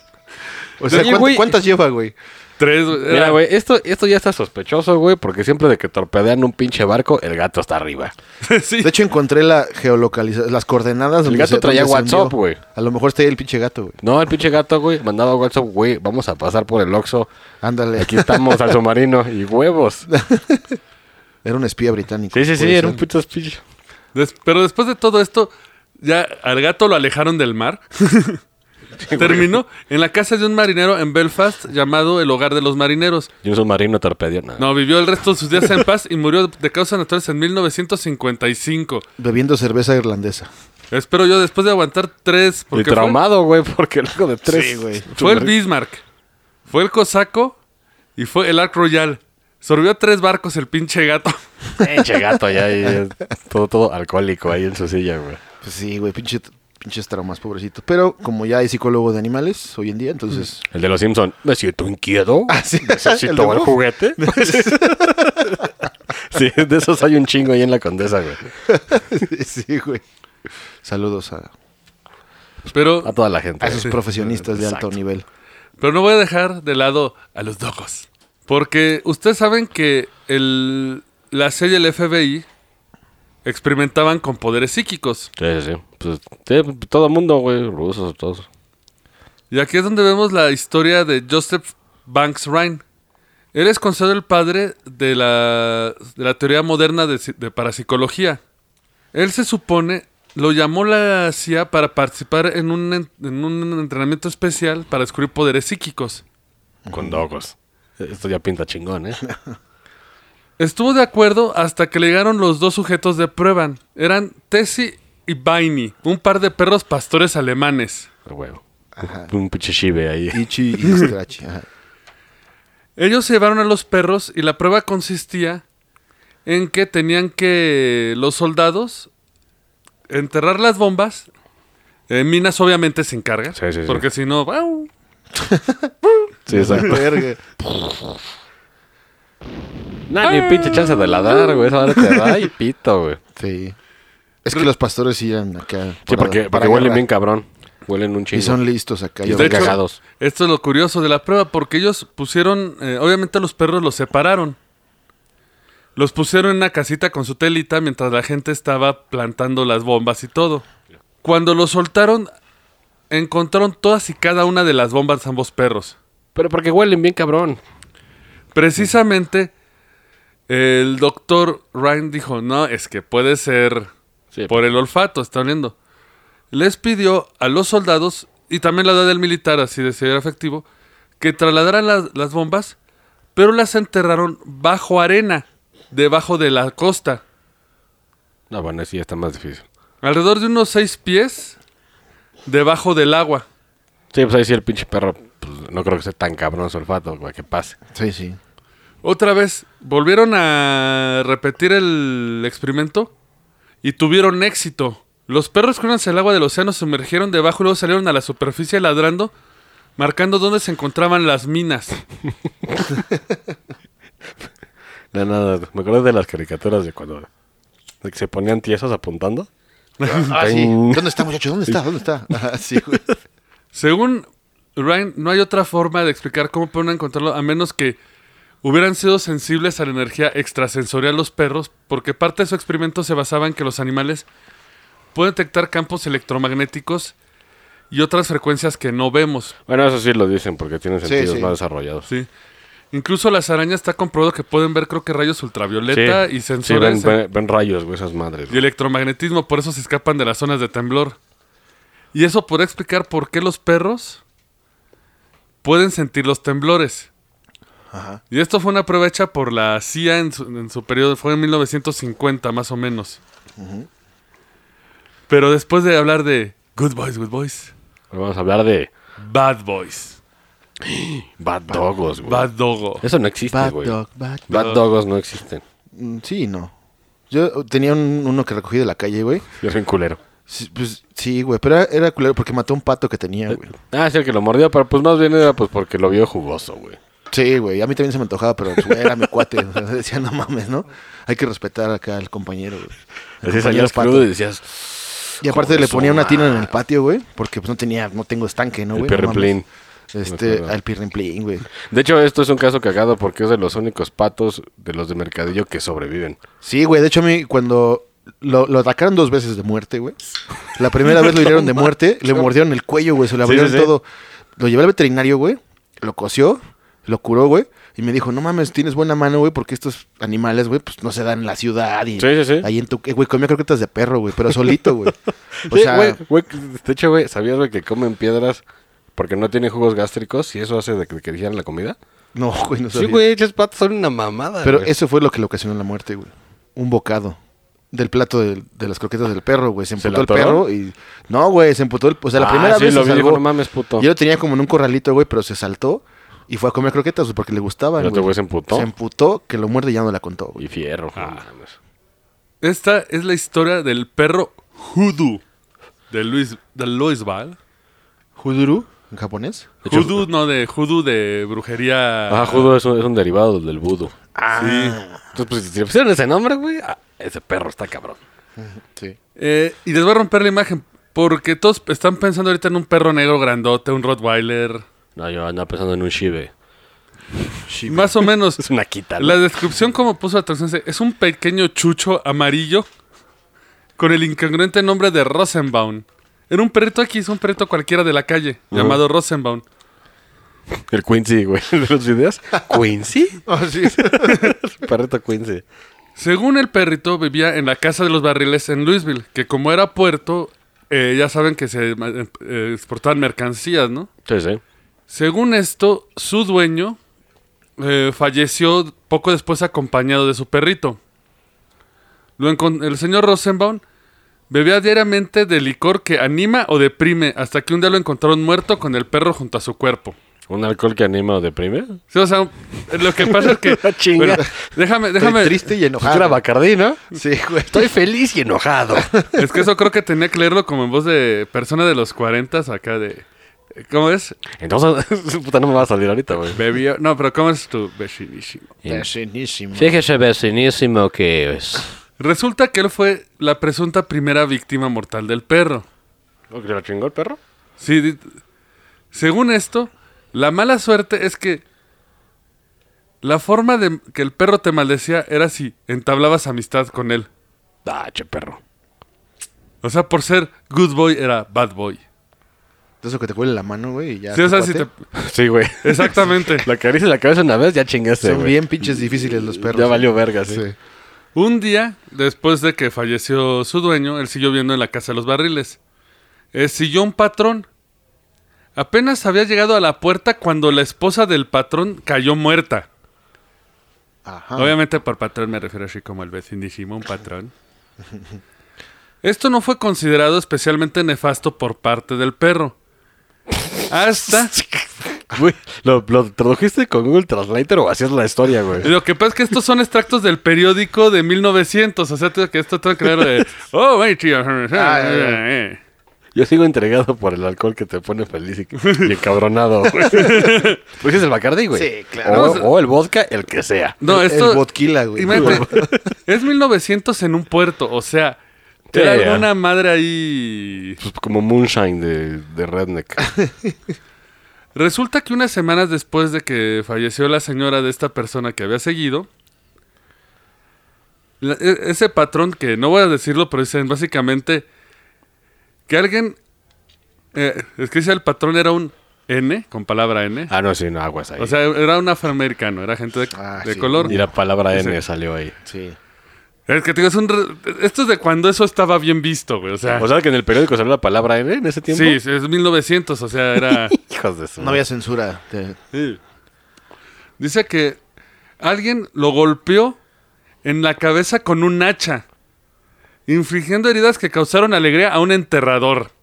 D: O sea,
C: Oye,
D: ¿cuánto-
C: güey.
D: ¿cuántas lleva, güey?
B: Tres,
C: Mira,
B: era-
C: güey, esto, esto ya está sospechoso, güey, porque siempre de que torpedean un pinche barco, el gato está arriba.
B: [laughs] sí.
D: De hecho, encontré la geolocalización, las coordenadas. donde
C: gato
D: se-
C: traía
D: donde se
C: WhatsApp,
D: hundió.
C: güey.
D: A lo mejor está ahí el pinche gato, güey.
C: No, el pinche gato, güey, mandaba WhatsApp, güey, vamos a pasar por el Oxxo.
D: Ándale.
C: Aquí estamos al submarino y
D: [laughs]
C: huevos.
D: Era un espía británico.
C: Sí, sí, sí,
D: puede
C: era un
D: ser.
C: puto espillo.
B: Des- pero después de todo esto, ya al gato lo alejaron del mar. [laughs] Terminó en la casa de un marinero en Belfast llamado el hogar de los marineros.
C: Y un submarino torpedeó. nada.
B: No, vivió el resto de sus días en paz y murió de causas naturales en 1955.
D: Bebiendo cerveza irlandesa.
B: Espero yo después de aguantar tres...
C: Y
B: porque fue-
C: traumado, güey, porque luego de tres.
D: Sí, güey.
B: Fue el Bismarck, fue el Cosaco y fue el Ark Royal. Sorbió tres barcos el pinche gato. [laughs]
C: Pinche gato ya, ahí, eh, [laughs] todo, todo alcohólico ahí en su silla, güey.
D: Pues sí, güey, pinche- pinches traumas, pobrecito. Pero como ya hay psicólogo de animales hoy en día, entonces.
C: El de los Simpson. Me siento inquieto. [laughs]
D: Ah, sí. El de
C: Necesito el
D: Wolf.
C: juguete. [laughs] sí, de esos hay un chingo ahí en la condesa, güey. Mm.
D: [laughs] sí, güey. Saludos a,
B: Pero,
C: A toda la gente.
D: a esos profesionistas de alto nivel.
B: pero no voy a dejar de lado a los dojos. Porque ustedes saben que el, la CIA y el FBI experimentaban con poderes psíquicos.
C: Sí, sí, sí. Pues, sí, todo mundo, güey. Rusos, todos.
B: Y aquí es donde vemos la historia de Joseph Banks Ryan. Él es considerado el padre de la, de la teoría moderna de, psi- de parapsicología. Él se supone lo llamó la CIA para participar en un, en- en un entrenamiento especial para descubrir poderes psíquicos.
C: Con dogos. Esto ya pinta chingón, ¿eh?
B: Estuvo de acuerdo hasta que le llegaron los dos sujetos de prueba. Eran Tessie y Baini, un par de perros pastores alemanes.
C: A huevo. Un pinche chive ahí.
D: Ichi y Scratch. ajá.
B: Ellos se llevaron a los perros y la prueba consistía en que tenían que los soldados enterrar las bombas, en minas obviamente sin carga,
C: Sí, sí, sí.
B: porque si no, ¡au!
C: Sí,
D: [laughs]
C: exacto.
D: Verga.
C: Nadie pinche chance de ladrar, güey. Esa madre te da y pito, güey.
D: Sí. Es que los pastores iban acá.
C: Sí,
D: para-
C: porque,
D: para
C: porque huelen
D: guerra.
C: bien cabrón. Huelen un chingo.
D: Y son listos acá.
C: Y
D: ya
C: de
D: ven.
C: hecho- cagados.
B: esto es lo curioso de la prueba, porque ellos pusieron, eh, obviamente los perros los separaron. Los pusieron en una casita con su telita mientras la gente estaba plantando las bombas y todo. Cuando los soltaron, encontraron todas y cada una de las bombas de ambos perros.
C: Pero porque huelen bien cabrón.
B: Precisamente el doctor Ryan dijo, no, es que puede ser
C: Sí.
B: por el olfato, está oliendo. Les pidió a los soldados y también la edad del militar, así de ser efectivo, que trasladaran las, las bombas, pero las enterraron bajo arena, debajo de la costa,
C: No, bueno, sí, está más difícil.
B: alrededor de unos seis pies, debajo del agua.
C: Sí, pues ahí sí el pinche perro, pues, no creo que sea tan cabrón su olfato, güey, que pase.
D: Sí, sí.
B: Otra vez, volvieron a repetir el experimento y tuvieron éxito. Los perros que iban hacia el agua del océano se sumergieron debajo y luego salieron a la superficie ladrando, marcando dónde se encontraban las minas.
C: No, nada, me acuerdo de las caricaturas de cuando de que se ponían tiesos apuntando.
D: Ah, sí.
C: Ten-
D: ¿Dónde está, muchacho? ¿Dónde está? ¿Dónde
C: [laughs]
D: está? Ah, sí, güey.
B: Según Ryan, no hay otra forma de explicar cómo pueden encontrarlo a menos que hubieran sido sensibles a la energía extrasensorial los perros, porque parte de su experimento se basaba en que los animales pueden detectar campos electromagnéticos y otras frecuencias que no vemos.
C: Bueno, eso sí lo dicen porque tienen
D: Sí,
C: sentidos
D: sí.
C: más desarrollados.
B: Sí. Incluso las arañas está comprobado que pueden ver, creo que rayos ultravioleta y
C: ven,
B: sensores ¿eh?
C: ven- ven rayos, güey, esas madres.
B: y electromagnetismo, por eso se escapan de las zonas de temblor. Y eso podría explicar por qué los perros pueden sentir los temblores.
D: Ajá.
B: Y esto fue una prueba hecha por la CIA en su, en su periodo, fue en 1950 más o menos. Pero después de hablar de Good Boys, Good Boys,
C: Ahora vamos a hablar de
B: Bad Boys,
C: Bad Dogos, güey.
B: Bad Dogo.
C: Eso no existe,
D: Bad
C: güey.
D: dog, bad
C: Bad Dogos no existen.
D: Mm, Sí, no. Yo tenía un- uno que recogí de la calle, güey.
C: Yo soy un culero.
D: Sí, pues, sí, güey, pero era, era culero porque mató a un pato que tenía, güey.
C: Ah, sí, el que lo mordió, pero pues más bien era pues porque lo vio jugoso, güey.
D: Sí, güey, a mí también se me antojaba, pero pues, güey, era mi cuate. [laughs] O sea, decía, no mames, ¿no? Hay que respetar acá al compañero, güey. Al
C: Así
D: compañero
C: salías crudo y decías,
D: Y aparte
C: Joder,
D: le ponía
C: su
D: una tina en el
C: madre.
D: patio, güey, porque pues no tenía, no tengo estanque, ¿no,
C: El
D: güey? No
C: pirriplín.
D: mames. Este,
C: acuerdo.
D: al pirrimplín, güey.
C: De hecho, esto es un caso cagado porque es de los únicos patos de los de mercadillo que sobreviven.
D: Sí, güey, de hecho a mí cuando lo, lo atacaron dos veces de muerte, güey. La primera vez
C: [laughs]
D: lo hirieron de muerte, le mordieron el cuello, güey, se lo
C: Sí,
D: abrieron
C: sí, sí.
D: todo. Lo llevé al veterinario, güey, lo cosió, lo curó, güey, y me dijo, no mames, tienes buena mano, güey, porque estos animales, güey, pues no se dan en la ciudad y
C: Sí, sí, sí.
D: ahí en tu... eh, Güey, comía croquetas de perro, güey, pero
C: [laughs]
D: solito, güey. O
C: Sí,
D: sea,
C: güey, güey, de hecho, güey, ¿sabías, güey, que comen piedras porque no tienen jugos gástricos y eso hace de que, que dijeran la comida?
D: no, güey, no
C: Sí,
D: sabía.
C: güey, los patos son una mamada,
D: Pero
C: güey.
D: eso fue lo que le ocasionó la muerte, güey. Un bocado del plato de, de las croquetas del perro, güey. Se
C: ¿Se
D: emputó el
C: la atoró?
D: perro y... No, güey, se emputó el... O sea, la
C: Ah,
D: primera
C: sí,
D: vez
C: lo
D: se
C: vi, dijo,
D: salvó.
C: no mames, puto.
D: Yo lo tenía como en un corralito, güey, pero se saltó y fue a comer croquetas güey, porque le gustaban,
C: El otro este güey se emputó.
D: Se emputó, que lo muerde y ya no la contó, güey.
C: Y fierro. no
B: Ah.
C: mames.
B: Esta es la historia del perro Hoodoo de Luis, de Val.
D: ¿Huduru? ¿En japonés?
C: hecho-
B: Hoodoo, no, de Hoodoo de brujería.
C: Ah, judo es un, es un derivado del vudú.
B: Sí.
C: Entonces, pues, si le pusieron ese nombre, güey, ah, ese perro está cabrón.
D: Sí.
B: Eh, y les voy a romper la imagen porque todos están pensando ahorita en un perro negro grandote, un Rottweiler.
C: No, yo andaba pensando en un shibe.
B: Más o menos.
C: [laughs] Es una quita. ¿no?
B: La descripción como puso la traducción dice, es un pequeño chucho amarillo con el incongruente nombre de Rosenbaum. Era un perrito aquí, es un perrito cualquiera de la calle, llamado Rosenbaum.
C: El Quincy, güey, [laughs] de los videos. ¿Quincy? Perrito Quincy.
B: Según el perrito, vivía en la casa de los barriles en Louisville, que como era puerto, eh, ya saben que se ma- eh, exportaban mercancías, ¿no?
C: Sí, sí.
B: Según esto, su dueño eh, falleció poco después acompañado de su perrito. Lo encon- el señor Rosenbaum bebía diariamente de licor que anima o deprime hasta que un día lo encontraron muerto con el perro junto a su cuerpo.
C: ¿Un alcohol que anima o deprime?
B: Sí, o sea, lo que pasa es
D: [laughs]
B: que...
C: Chinga.
B: Bueno, déjame, déjame...
D: Ah, Estoy triste y
C: Pues era
D: enojado.
C: Bacardí, ¿no?
D: Sí, güey.
C: Estoy feliz y enojado.
B: Es que eso creo que tenía que leerlo como en voz de persona de los 40 acá de... eh, ¿Cómo es?
C: [laughs] Entonces, [laughs] puta, no me va a salir ahorita, güey.
B: Bebió... No, pero ¿cómo es tu vecinísimo?
D: Buenísimo.
C: Fíjese, vecinísimo, que es.
B: Resulta que él fue la presunta primera víctima mortal del perro.
C: ¿Lo que lo chingó el perro?
B: Sí, di- según esto, la mala suerte es que la forma de que el perro te maldecía era si entablabas amistad con él.
C: Ah, che, perro.
B: O sea, por ser good boy era bad boy.
D: Eso que te cuele la mano, güey, y ya.
B: Sí, o
D: tu
B: sea, si
D: cuate.
B: te-
C: [laughs] Sí, güey.
D: [laughs]
B: Exactamente.
C: La caricia en la cabeza una vez, ya chingaste,
D: Son
C: güey. [laughs]
D: bien pinches difíciles los perros. ¿eh?
C: Ya valió verga, sí.
D: Sí.
B: Un día, después de que falleció su dueño, él siguió viviendo en la casa de los barriles. Eh, siguió un patrón. Apenas había llegado a la puerta cuando la esposa del patrón cayó muerta.
D: Ajá.
B: Obviamente por patrón me refiero así como el vecinísimo, un patrón. Esto no fue considerado especialmente nefasto por parte del perro. Hasta...
C: Güey, ¿lo, ¿lo tradujiste con Google Translator o hacías la historia, güey?
B: Lo que pasa es que estos son extractos del periódico de 1900. O sea, tengo que esto tengo que leer de... Oh, güey, tío. eh,
C: Yo sigo entregado por el alcohol que te pone feliz y, y encabronado, [laughs] güey. Pues es el Bacardi, güey.
D: Sí, claro.
C: O, o el vodka, el que sea.
B: No,
D: El-
B: esto...
D: El vodkila, güey.
B: Imagínate, es 1900 en un puerto. O sea, era
C: Sí, ya.
B: una madre ahí...
C: Pues como moonshine de, de redneck.
B: Resulta que unas semanas después de que falleció la señora de esta persona que había seguido, la- e- ese patrón que no voy a decirlo, pero dicen básicamente que alguien, eh, es que dice el patrón era un N, con palabra N,
C: Ah, no, sí, no, aguas ahí.
B: o sea, era un afroamericano, era gente de,
D: Ah,
B: de
D: sí.
B: color.
C: y la palabra
B: Ese.
C: N salió ahí.
D: Sí.
B: Es que te digo, es un re- esto es de cuando eso estaba bien visto, güey, o sea,
C: O sea, que en el periódico salió la palabra N en ese tiempo.
B: Ah. sí, es 1900, o sea, era...
C: Hijos de su.
D: No había censura. de-
B: Sí. Dice que alguien lo golpeó en la cabeza con un hacha, infligiendo heridas que causaron alegría a un enterrador.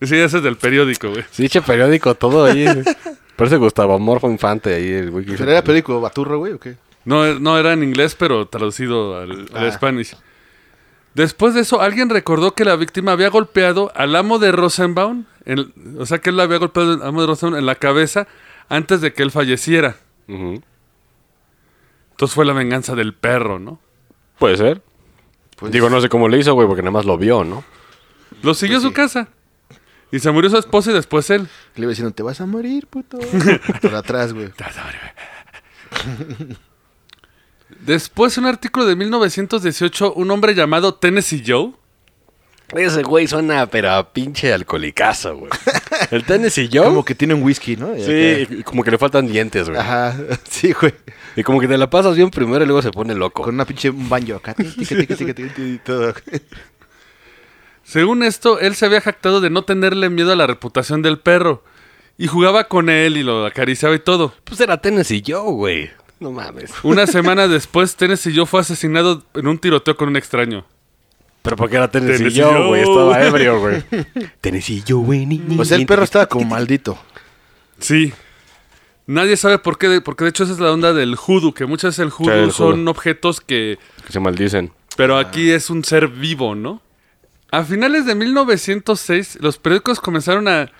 B: Ese ese es del periódico, güey.
C: Sí, che, periódico, todo ahí. Parece Gustavo Morfo Infante ahí, el güey. que hizo-
D: ¿Pero era periódico baturro, güey, o qué?
B: No, eh, no era en inglés, pero traducido al, al
D: Ah.
B: Spanish. Después de eso, alguien recordó que la víctima había golpeado al amo de Rosenbaum, en- o sea que él le había golpeado al amo de Rosenbaum en la cabeza antes de que él falleciera.
C: Ujú.
B: Entonces fue la venganza del perro, ¿no?
C: Puede ser.
D: Pues-
C: Digo, no sé cómo le hizo, güey, porque nada más lo vio, ¿no?
B: Lo siguió a
D: Pues
B: su
D: sí.
B: casa. Y se murió su esposa y después él.
D: Le iba diciendo, te vas a
B: [laughs]
D: morir, puto. Por atrás, güey.
B: Después, un artículo de 1918, un hombre llamado Tennessee Joe.
C: Ese güey suena, pero a pinche alcoholicazo, güey. [laughs] El tenis y yo.
D: Como que tiene un whisky, ¿no? Y
C: Sí, y como que le faltan dientes, güey.
D: acá- Ajá, [laughs] sí, güey.
C: Y como que te la pasas bien primero y luego se pone loco.
D: Con una pinche un banjo acá. tic, tic, tic, tic, tic, y todo.
B: Según esto, él se había jactado de no tenerle miedo a la reputación del perro. Y jugaba con él y lo acariciaba y todo.
C: Pues era tenis y yo, güey. No mames.
B: Una semana [laughs] después, Tennessee Joe fue asesinado en un tiroteo con un extraño.
C: Pero porque era tenis y
B: Tennessee
C: yo, güey.
B: Joe.
C: Estaba
B: [laughs]
C: ebrio, güey. Tenis y yo, güey. ni- ni-
D: O sea, el
C: ni-
D: perro estaba como maldito.
B: Sí. Nadie sabe por qué, de- porque de hecho esa es la onda del hoodoo, que muchas veces el hoodoo
C: el hoodoo.
B: son objetos que...
C: Que se maldicen.
B: Pero aquí es un ser vivo, ¿no? A finales de 1906, los periódicos comenzaron a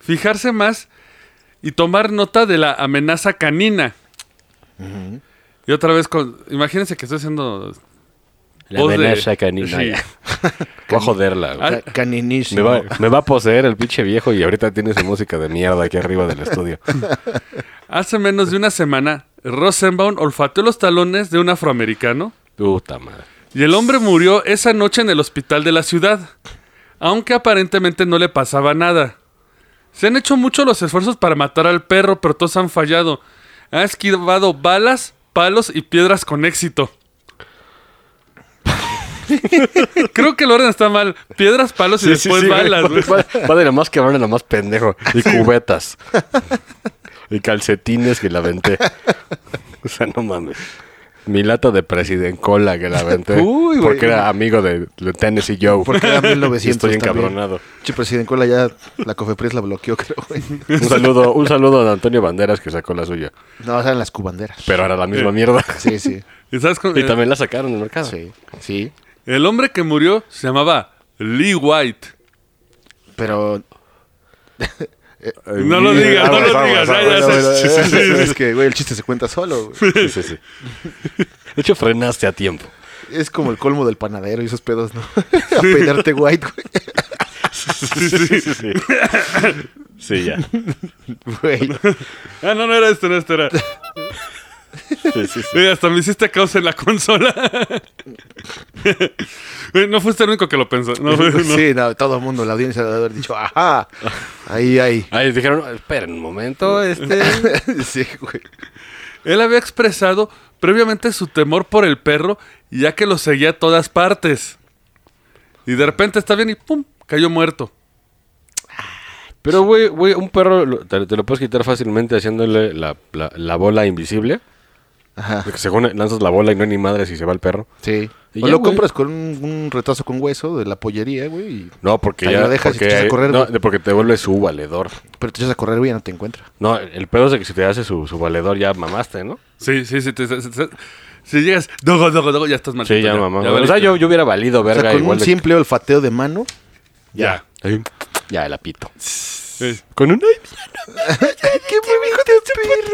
B: fijarse más y tomar nota de la amenaza canina. Y otra vez, con, imagínense que estoy haciendo...
C: La
B: Voz de-
C: amenaza canina.
B: Sí. Ah,
C: ya. Voy a joderla, güey.
B: Al-
D: Ca- Caninísimo.
C: Me va, me va a poseer el pinche viejo y ahorita tiene su música de mierda aquí arriba del
B: [laughs]
C: estudio.
B: Hace menos de una semana, Rosenbaum olfateó los talones de un afroamericano
C: Puta madre.
B: y el hombre murió esa noche en el hospital de la ciudad, aunque aparentemente no le pasaba nada. Se han hecho muchos los esfuerzos para matar al perro, pero todos han fallado. Ha esquivado balas, palos y piedras con éxito. [laughs] Creo que el orden está mal. Piedras, palos y después balas. güey.
C: Va, va de lo más cabrón a lo más pendejo. Y cubetas. y calcetines que la aventé. O sea, no mames. Mi lata de presidencola que la aventé.
D: Uy, güey.
C: porque era amigo de, de Tennessee Joe.
D: Porque era 1900
B: [laughs]
C: Y Estoy
D: también.
C: encabronado.
D: Che, presidente Cola ya la Cofepris la bloqueó, [laughs] creo, güey.
C: Un saludo, un saludo a Antonio Banderas que sacó la suya.
D: No, eran
B: [laughs]
D: las cubanderas.
C: Pero era la misma mierda.
D: Sí, sí.
B: [laughs] ¿Y sabes cómo-
C: Y también la sacaron del mercado.
D: Sí, sí.
B: El hombre que murió se llamaba Lee White.
D: Pero Ah,
C: Eh,
B: No lo
C: mira,
B: digas, no
C: aguas,
B: lo
C: aguas,
B: digas. ya,
C: aguas,
B: ya
C: aguas.
B: sé. Sí, sí, sí,
D: es
B: sí.
D: que, güey, el chiste se cuenta solo, güey.
C: Sí, sí, sí. De hecho, frenaste a tiempo.
D: Es como el colmo del panadero y esos pedos, ¿no? [laughs] A peinarte white,
C: Sí, sí, sí. Sí, Sí, ya.
D: güey. Güey.
B: Ah, no, no era esto, no esto era.
C: Sí, sí, sí.
B: Oye, hasta me hiciste causa en la [laughs] consola. [laughs] Oye, no fuiste el único que lo pensó. No, no.
D: [laughs] Sí, no, todo el mundo, la audiencia debe haber dicho, ajá, ahí, ahí.
C: [laughs] Ahí dijeron, esperen un momento, este...
D: Sí, güey.
B: Él había expresado previamente su temor por el perro, ya que lo seguía a todas partes. Y de repente está bien y ¡pum! cayó muerto.
C: Pero, güey, güey, un perro lo- te, te lo puedes quitar fácilmente haciéndole la, la- la bola invisible.
D: Ajá.
C: Porque según lanzas la bola y no hay ni madre si se va el perro.
D: Sí.
C: Y
D: O
C: ya,
D: lo
C: güey.
D: compras con un, un retazo con hueso de la pollería, güey. y-
C: No, porque
D: Ahí
C: ya...
D: lo dejas y
C: porque,
D: te echas a correr,
C: no,
D: güey.
C: porque te vuelve su valedor.
D: Pero te echas a correr, güey, y ya no te encuentra.
C: No, el pedo es de que si te hace su, su valedor ya mamaste, ¿no?
B: Sí, sí, sí. te- te- te- si llegas, dogo, dogo, dogo, ya estás maldito.
C: Sí, ya mamá.
B: Ah, ya
C: o sea,
B: valiste.
C: yo, yo hubiera valido
D: O
C: verga
D: sea, con
C: igual
D: un
C: de-
D: simple olfateo de mano.
C: Ya. Ahí, Ya, el apito.
B: Eh,
C: Con un...
D: ¡Qué bonito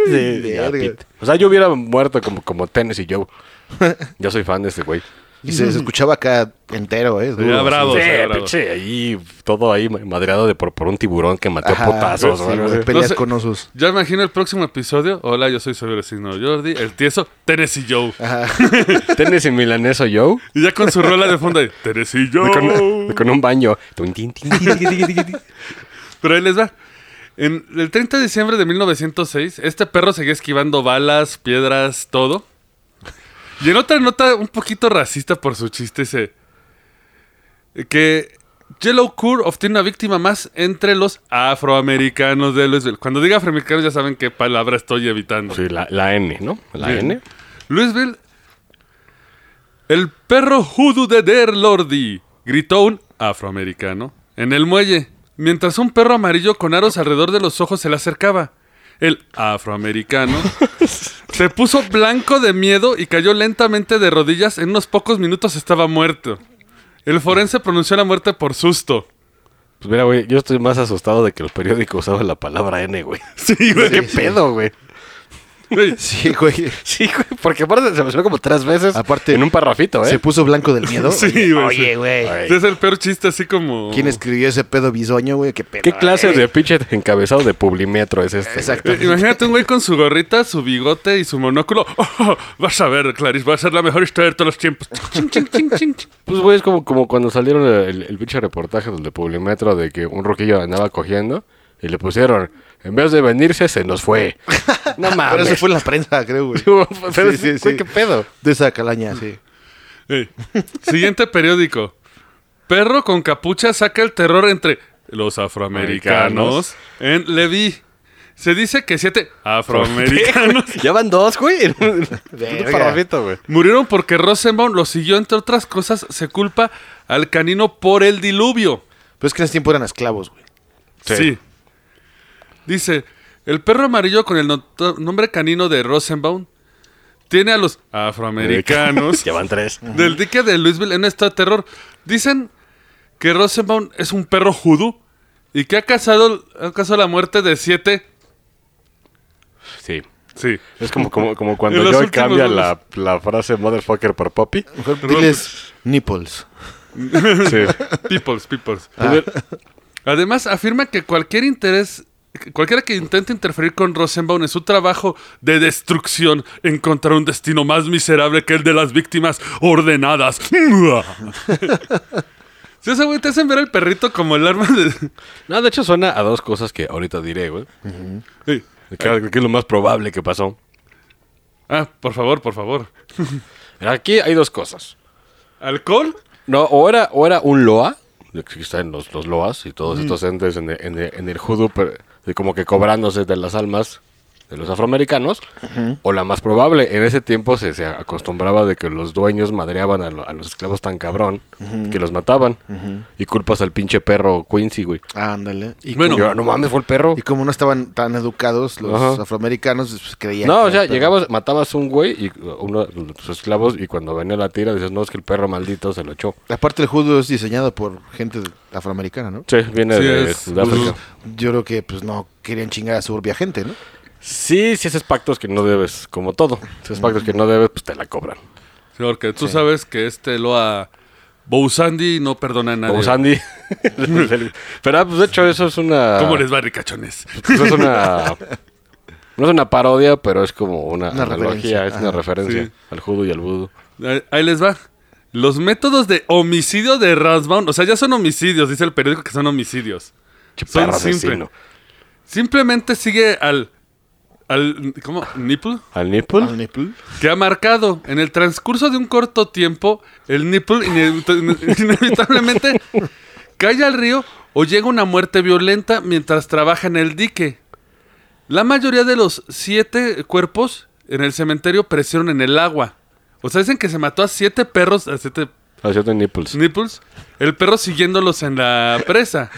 C: Sí, este ya, Pete. o sea, yo hubiera muerto como, como Tennessee Joe. Yo soy fan de este güey.
D: Y se, se escuchaba acá entero, ¿eh? duro,
B: Ya,
D: así.
B: bravo.
C: Sí,
B: sí, bravo.
C: pinche, ahí todo ahí madreado de por, por un tiburón que mató a
D: Ajá,
C: potazos.
D: sí,
C: o algo
D: güey,
C: así.
D: peleas
B: No sé.
D: con osos.
B: Ya imagino el próximo episodio. Hola, yo soy Sobrecindo Jordi, el tieso Tennessee Joe.
C: Tennessee milaneso Joe.
B: Y ya con su rola de fondo, ahí, Tennessee Joe.
C: Con, con un baño. Tun, tin, tin, tin, tin, tin, tin, tin.
B: [laughs] Pero ahí les va. En el 30 de diciembre de 1906, este perro seguía esquivando balas, piedras, todo. Y en otra nota un poquito racista por su chiste, dice que Yellow Cure obtiene una víctima más entre los afroamericanos de Louisville. Cuando diga afroamericanos ya saben qué palabra estoy evitando.
C: Sí, la, la N, ¿no? La
B: Sí.
C: N.
B: Louisville. El perro hoodoo de Der Lordi, gritó un afroamericano en el muelle, mientras un perro amarillo con aros alrededor de los ojos se le acercaba. El afroamericano se puso blanco de miedo y cayó lentamente de rodillas. En unos pocos minutos estaba muerto. El forense pronunció la muerte por susto.
C: Pues mira, güey, yo estoy más asustado de que el periódico usaba la palabra N, güey.
B: [laughs] Sí,
C: ¿Qué pedo, güey?
B: güey.
D: Sí, güey.
C: Sí, güey, porque aparte se mencionó como tres veces
D: Aparte-
C: en un parrafito, ¿eh?
D: Se puso blanco del miedo.
B: Sí, güey. sí.
D: güey.
C: Ay,
B: Es el peor chiste, así como.
D: ¿Quién escribió ese pedo bisoño, güey? ¿Qué pedo?
C: ¿Qué clase
D: güey?
C: de pinche encabezado de Publimetro es este? güey? [laughs]
D: Exacto.
B: Eh, Imagínate un güey con su gorrita, su bigote y su monóculo. Oh, vas a ver, Clarice, va a ser la mejor historia de todos los tiempos. Chin, chin, chin, chin, chin.
C: Pues, güey, es como, como cuando salieron el, el pinche reportaje del de Publimetro de que un roquillo andaba cogiendo y le pusieron, en vez de venirse, se nos fue. [laughs] No
D: Pero
C: mames.
D: eso fue en la prensa, creo, güey.
C: [laughs] Pero,
D: Sí, sí,
C: güey,
D: sí.
C: ¿Qué pedo?
D: De esa calaña, sí.
B: Eh, Siguiente periódico. Perro con capucha saca el terror entre los afroamericanos en Levi. Se dice que siete afroamericanos
C: Ya van dos, güey. [laughs] en un- en
D: Verga.
C: un parrafito, güey.
B: murieron porque Rosenbaum los siguió, entre otras cosas, se culpa al canino por el diluvio.
D: Pero es que en ese tiempo eran esclavos, güey.
B: Sí.
C: Sí.
B: Dice, el perro amarillo con el noto- nombre canino de Rosenbaum tiene a los afroamericanos
C: [laughs] Ya van tres.
B: del dique de Louisville en un estado de terror. Dicen que Rosenbaum es un perro judú y que ha causado, ha causado la muerte de siete.
C: Sí.
B: Sí.
C: Es como, como, como
B: En
C: cuando
B: los
C: Joy
B: últimos
C: cambia
B: dos.
C: la, la frase motherfucker por [laughs] poppy.
D: Mejor
C: pues,
D: diles nipples.
C: Sí.
B: Peoples, peoples. Además, afirma que cualquier interés, cualquiera que intente interferir con Rosenbaum en su trabajo de destrucción encontrará un destino más miserable que el de las víctimas ordenadas. [laughs] Si ese güey te hacen ver al perrito como el arma de.
C: No, de hecho suena a dos cosas que ahorita diré, [laughs] güey.
B: Ey,
C: Que, que es lo más probable que pasó.
B: Ah, por favor, por favor.
C: Aquí hay dos cosas.
B: ¿Alcohol?
C: No, o era, o era un loa, de que están los, los loas y todos estos entes en el, en el- en el judú, pero, de como que cobrándose de las almas de los afroamericanos, o la más probable, en ese tiempo se, se acostumbraba de que los dueños madreaban a, lo- a los esclavos tan cabrón que los mataban, y culpas al pinche perro Quincy, güey.
D: Ándale. Y
B: Bueno.
C: Y yo, no mames, fue el perro.
D: Y como no estaban tan educados los
C: Ajá.
D: afroamericanos, pues, creían.
C: No,
D: que
C: o sea,
D: era-
C: llegabas, matabas un güey y uh, uno de tus esclavos y cuando venía la tira dices, no, es que el perro maldito se lo echó.
D: Aparte, el judo es diseñado por gente afroamericana, ¿no?
C: Sí, viene
B: Sí,
C: de
B: es-
C: Sudáfrica.
D: Yo creo que, pues, no querían chingar a su propia gente, ¿no?
C: Sí, sí, esos pactos que no debes, como todo. Esos pactos que no debes, pues te la cobran.
B: Señor, que tú sabes que este Loa Bousandi no perdona a nadie. [laughs]
C: Como Sandy. Pero, pues, de hecho, eso es una... pues,
B: ¿Cómo les va, ricachones?
C: Eso es una... No es una parodia, pero es como una,
D: Una
C: analogía,
D: referencia,
C: es una
D: ajá.
C: referencia
B: Sí.
C: al judo y al vudú.
B: Ahí- Ahí les va. Los métodos de homicidio de Rasbaum, o sea, ya son homicidios, dice el periódico que son homicidios.
C: Che,
B: Son
C: perro
B: simple.
C: asesino.
B: Simplemente sigue al. al ¿Cómo? ¿Nipple?
C: ¿Al nipple?
D: Al nipple.
B: Que ha marcado. En el transcurso de un corto tiempo, el nipple inevit- [laughs] inevitablemente cae al río o llega una muerte violenta mientras trabaja en el dique. La mayoría de los siete cuerpos en el cementerio perecieron en el agua. O sea, dicen que se mató a siete perros, a siete
C: Al cierto, nipples.
B: Nipples, el perro siguiéndolos en la presa.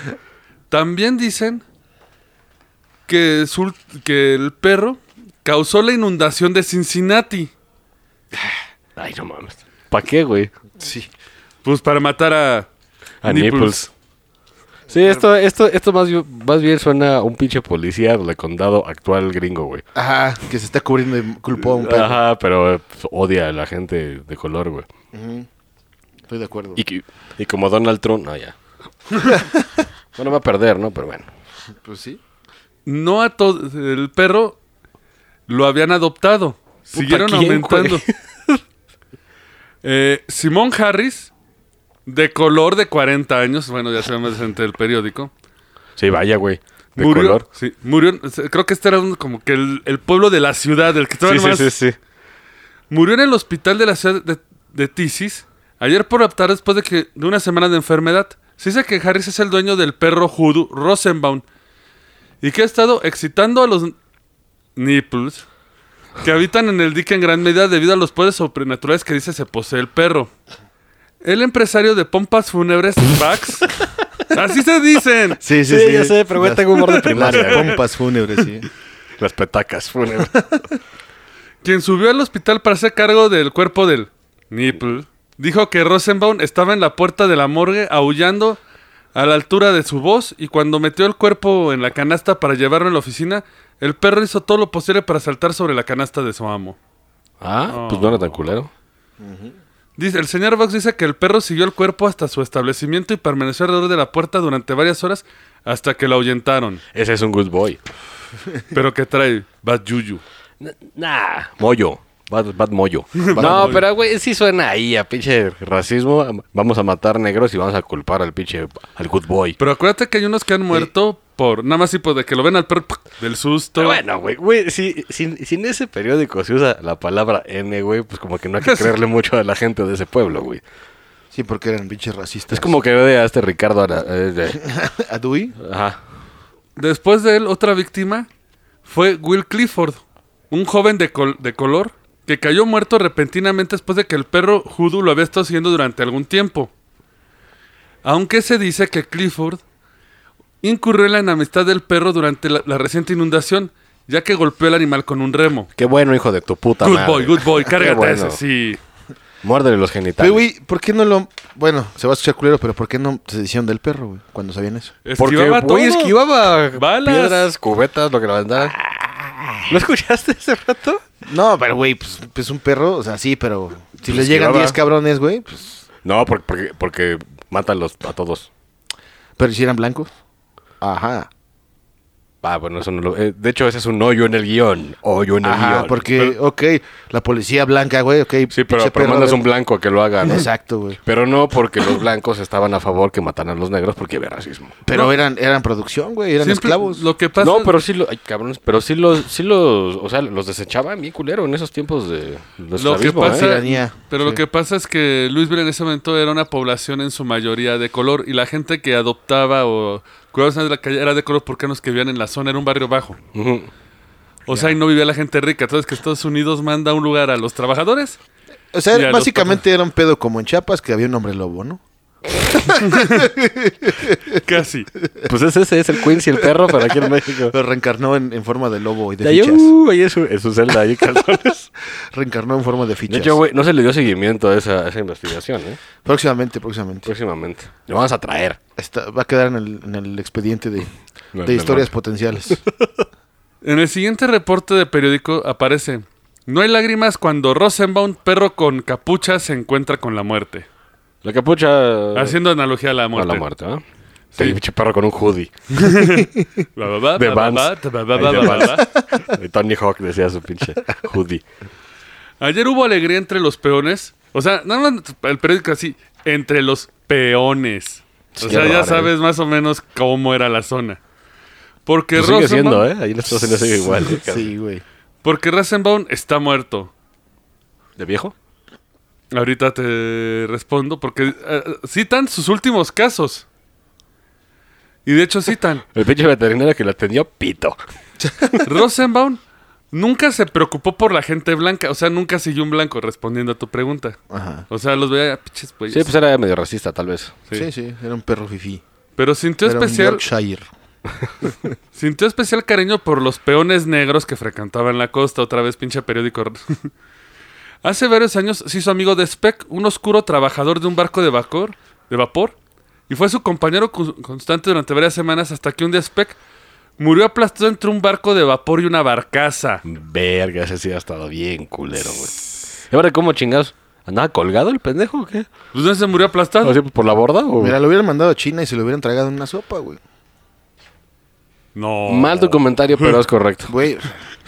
B: También dicen que, su- que el perro causó la inundación de Cincinnati.
C: Ay, no mames. ¿Para qué, güey?
D: Sí.
B: Pues para matar a,
C: A Nipples. Sí, esto, esto, esto más, bi- más bien suena a un pinche policía del condado actual gringo, güey.
D: Ajá, que se está cubriendo de culpó a un perro.
C: Ajá, pero eh, pues, odia a la gente de color, güey.
D: Estoy de acuerdo.
C: Y, que- y como Donald Trump, no, ya. bueno, va a perder, ¿no? Pero bueno.
D: Pues sí.
B: No a todo. El perro lo habían adoptado. Siguieron
C: ¿quién,
B: aumentando. [laughs] Eh, Simón Harris, de color de 40 años, bueno, ya se ve más decente el periódico.
C: Sí, vaya, güey. De
B: murió,
C: color.
B: Sí, murió. o sea, Creo que este era un- como que el, el pueblo de la ciudad, el que estaba
C: Sí, sí,
B: más.
C: sí, sí.
B: Murió en el hospital de la ciudad de, de Tisis ayer por la tarde después de, que, de una semana de enfermedad. Se dice que Harris es el dueño del perro Hoodoo Rosenbaum y que ha estado excitando a los nipples que habitan en el dique en gran medida debido a los poderes sobrenaturales que dice se posee el perro. El empresario de pompas fúnebres, Bax, así se dicen,
D: Sí,
E: Sí, ya sé, pero güey,
D: Las-
E: tengo humor de primaria.
D: Las pompas fúnebres, sí.
C: Las petacas fúnebres.
B: quien subió al hospital para hacer cargo del cuerpo del nipple, dijo que Rosenbaum estaba en la puerta de la morgue aullando a la altura de su voz y cuando metió el cuerpo en la canasta para llevarlo a la oficina, el perro hizo todo lo posible para saltar sobre la canasta de su amo.
C: Ah, pues no era tan culero.
B: Dice, el señor Vox dice que el perro siguió el cuerpo hasta su establecimiento y permaneció alrededor de la puerta durante varias horas hasta que lo
C: [laughs]
B: ahuyentaron.
C: Ese es un good boy.
B: Pero que trae Bad Yuyu.
C: Nah, mollo. Bad, bad mollo. no,
B: mollo.
C: pero güey, sí suena ahí a pinche racismo. Vamos a matar negros y vamos a culpar al pinche, al good boy.
B: Pero acuérdate que hay unos que han muerto por nada más tipo de que lo ven al perro ¡pac! del susto.
C: Pero bueno, güey, güey, si, si, si en ese periódico se usa la palabra N, güey, pues como que no
B: [laughs]
C: hay que creerle mucho a la gente de ese pueblo, güey.
D: Sí, porque eran pinches racistas.
C: Es como que ve a este Ricardo Ara- eh, de-
D: [laughs]
B: [laughs]
D: ¿A Dewey?
C: Ajá.
B: Después de él, otra víctima fue Will Clifford, un joven de, col- de color que cayó muerto repentinamente después de que el perro Hoodoo lo había estado siguiendo durante algún tiempo. Aunque se dice que Clifford incurrió en la enemistad del perro durante la, la reciente inundación, ya que golpeó al animal con un remo.
C: Qué bueno, hijo de tu puta
B: Good
C: madre.
B: boy, good boy,
C: [laughs] Qué
B: cárgate
C: bueno.
B: ese, sí.
C: Muérdele los genitales.
D: Pero, güey, ¿por qué no lo...? Bueno, se va a escuchar culero, pero ¿por qué no se hicieron del perro, güey? Cuando sabían eso.
C: Porque,
B: Esquivaba todo.
C: güey, esquivaba
B: Balas. Ah.
C: piedras, cubetas, lo que le mandaba.
E: ¿Lo escuchaste hace rato?
D: No, pero, güey, pues, pues un perro, o sea, sí, pero... Si
C: Pues
D: les llegan
C: llevaba-
D: 10 cabrones, güey, pues...
C: No, porque, porque, porque mátalos a todos.
D: Pero si eran blancos. Ajá.
C: Ah, bueno, eso no lo... eh, de hecho, ese es un hoyo en el guión. Hoyo en el
D: Ajá,
C: guión.
D: porque, ok, la policía blanca, güey, ok.
C: Sí, pero,
D: pinche
C: pero
D: perro,
C: mandas
D: a ver.
C: un blanco a que lo haga, ¿no?
D: Exacto, güey.
C: Pero no porque los blancos estaban a favor que mataran a los negros porque había racismo.
D: Pero eran, eran producción, güey, eran
B: Siempre
D: esclavos.
B: Lo que pasa
C: No, pero sí, lo, ay, cabrones, pero sí los, sí los, o sea, los desechaban bien culero en esos tiempos de de
B: Lo que
C: esclavismo,
B: pasa,
C: ¿eh?
D: Tiranía.
B: Pero lo
D: Sí.
B: que pasa es que Louisville en ese momento era una población en su mayoría de color y la gente que adoptaba o cuidaba de la calle era de color porque los que vivían en la zona era un barrio bajo.
C: Ujú.
B: O sea, y no vivía la gente rica. Entonces que Estados Unidos manda a un lugar a los trabajadores.
D: O sea,
B: Y a los
D: básicamente era un pedo como en Chiapas que había un hombre lobo, ¿no?
B: Casi.
C: Pues ese, ese es el Quincy, el perro, pero aquí en [laughs] México.
D: Pero reencarnó en, en forma de lobo y de
C: ahí,
D: fichas.
C: uh, ahí es su, es su celda, [laughs] ahí, cabrones.
D: Reencarnó en forma de
C: De
D: fichas.
C: hecho, güey, no se le dio seguimiento a esa, a esa investigación, ¿eh?
D: próximamente,
C: Pues-
D: próximamente.
C: Próximamente. Lo vamos a traer.
D: Está- va a quedar en el, en el expediente de,
C: No,
D: de
C: no, [laughs]
D: historias potenciales.
B: En el siguiente reporte de periódico aparece: No hay lágrimas cuando Rosenbaum, perro con capucha, se encuentra con la muerte.
C: La capucha.
B: Haciendo analogía a la
C: A
B: muerte.
C: la Ah, muerte, ¿ah? Sí, pinche perro con un hoodie. [laughs]
B: Ba, ba, ba,
C: De
B: ba, ba,
C: Vans.
B: ba, ba, ba,
C: Ahí de
B: ba, ba,
C: Vans.
B: ba.
C: Y Tony Hawk decía su pinche hoodie.
B: Ayer hubo alegría entre los peones. O sea, nada más el periódico así, entre los peones. O
C: Sí,
B: sea,
C: qué
B: ya
C: raro,
B: sabes más o menos cómo era la zona. Porque
C: Pues sigue
B: Rosenbaum-
C: siendo, ¿eh? Ahí en Estados Unidos sigue igual. ¿eh?
D: sí, güey.
B: Porque Rosenbaum está muerto.
C: ¿De viejo?
B: Ahorita te respondo porque eh, citan sus últimos casos. Y de hecho
C: [laughs]
B: citan.
C: El pinche veterinario que lo atendió, pito.
B: Rosenbaum nunca se preocupó por la gente blanca. O sea, nunca siguió un blanco respondiendo a tu pregunta.
D: Ajá.
B: O sea, los veía, "Ah, pinches güeyes.
C: Sí, pues era medio racista, tal vez.
B: Sí.
D: Sí. sí, era un perro fifí.
B: Pero sintió
D: Era un
B: especial.
D: Yorkshire.
B: Sintió especial cariño por los peones negros que frecuentaban la costa, otra vez pinche periódico. [laughs] Hace varios años se hizo amigo de Speck, un oscuro trabajador de un barco de vapor, de vapor y fue su compañero cu- constante durante varias semanas hasta que un día Speck murió aplastado entre un barco de vapor y una barcaza.
C: Verga, ese sí ha estado bien culero, güey. ¿Y ahora cómo chingados? ¿Andaba colgado el pendejo o qué?
B: Pues no se murió aplastado.
C: ¿O sea, ¿Por la borda? O...
D: Mira, lo hubieran mandado a China y se lo hubieran tragado en una sopa, güey.
B: No.
C: Mal tu comentario, pero es correcto.
D: Güey, lo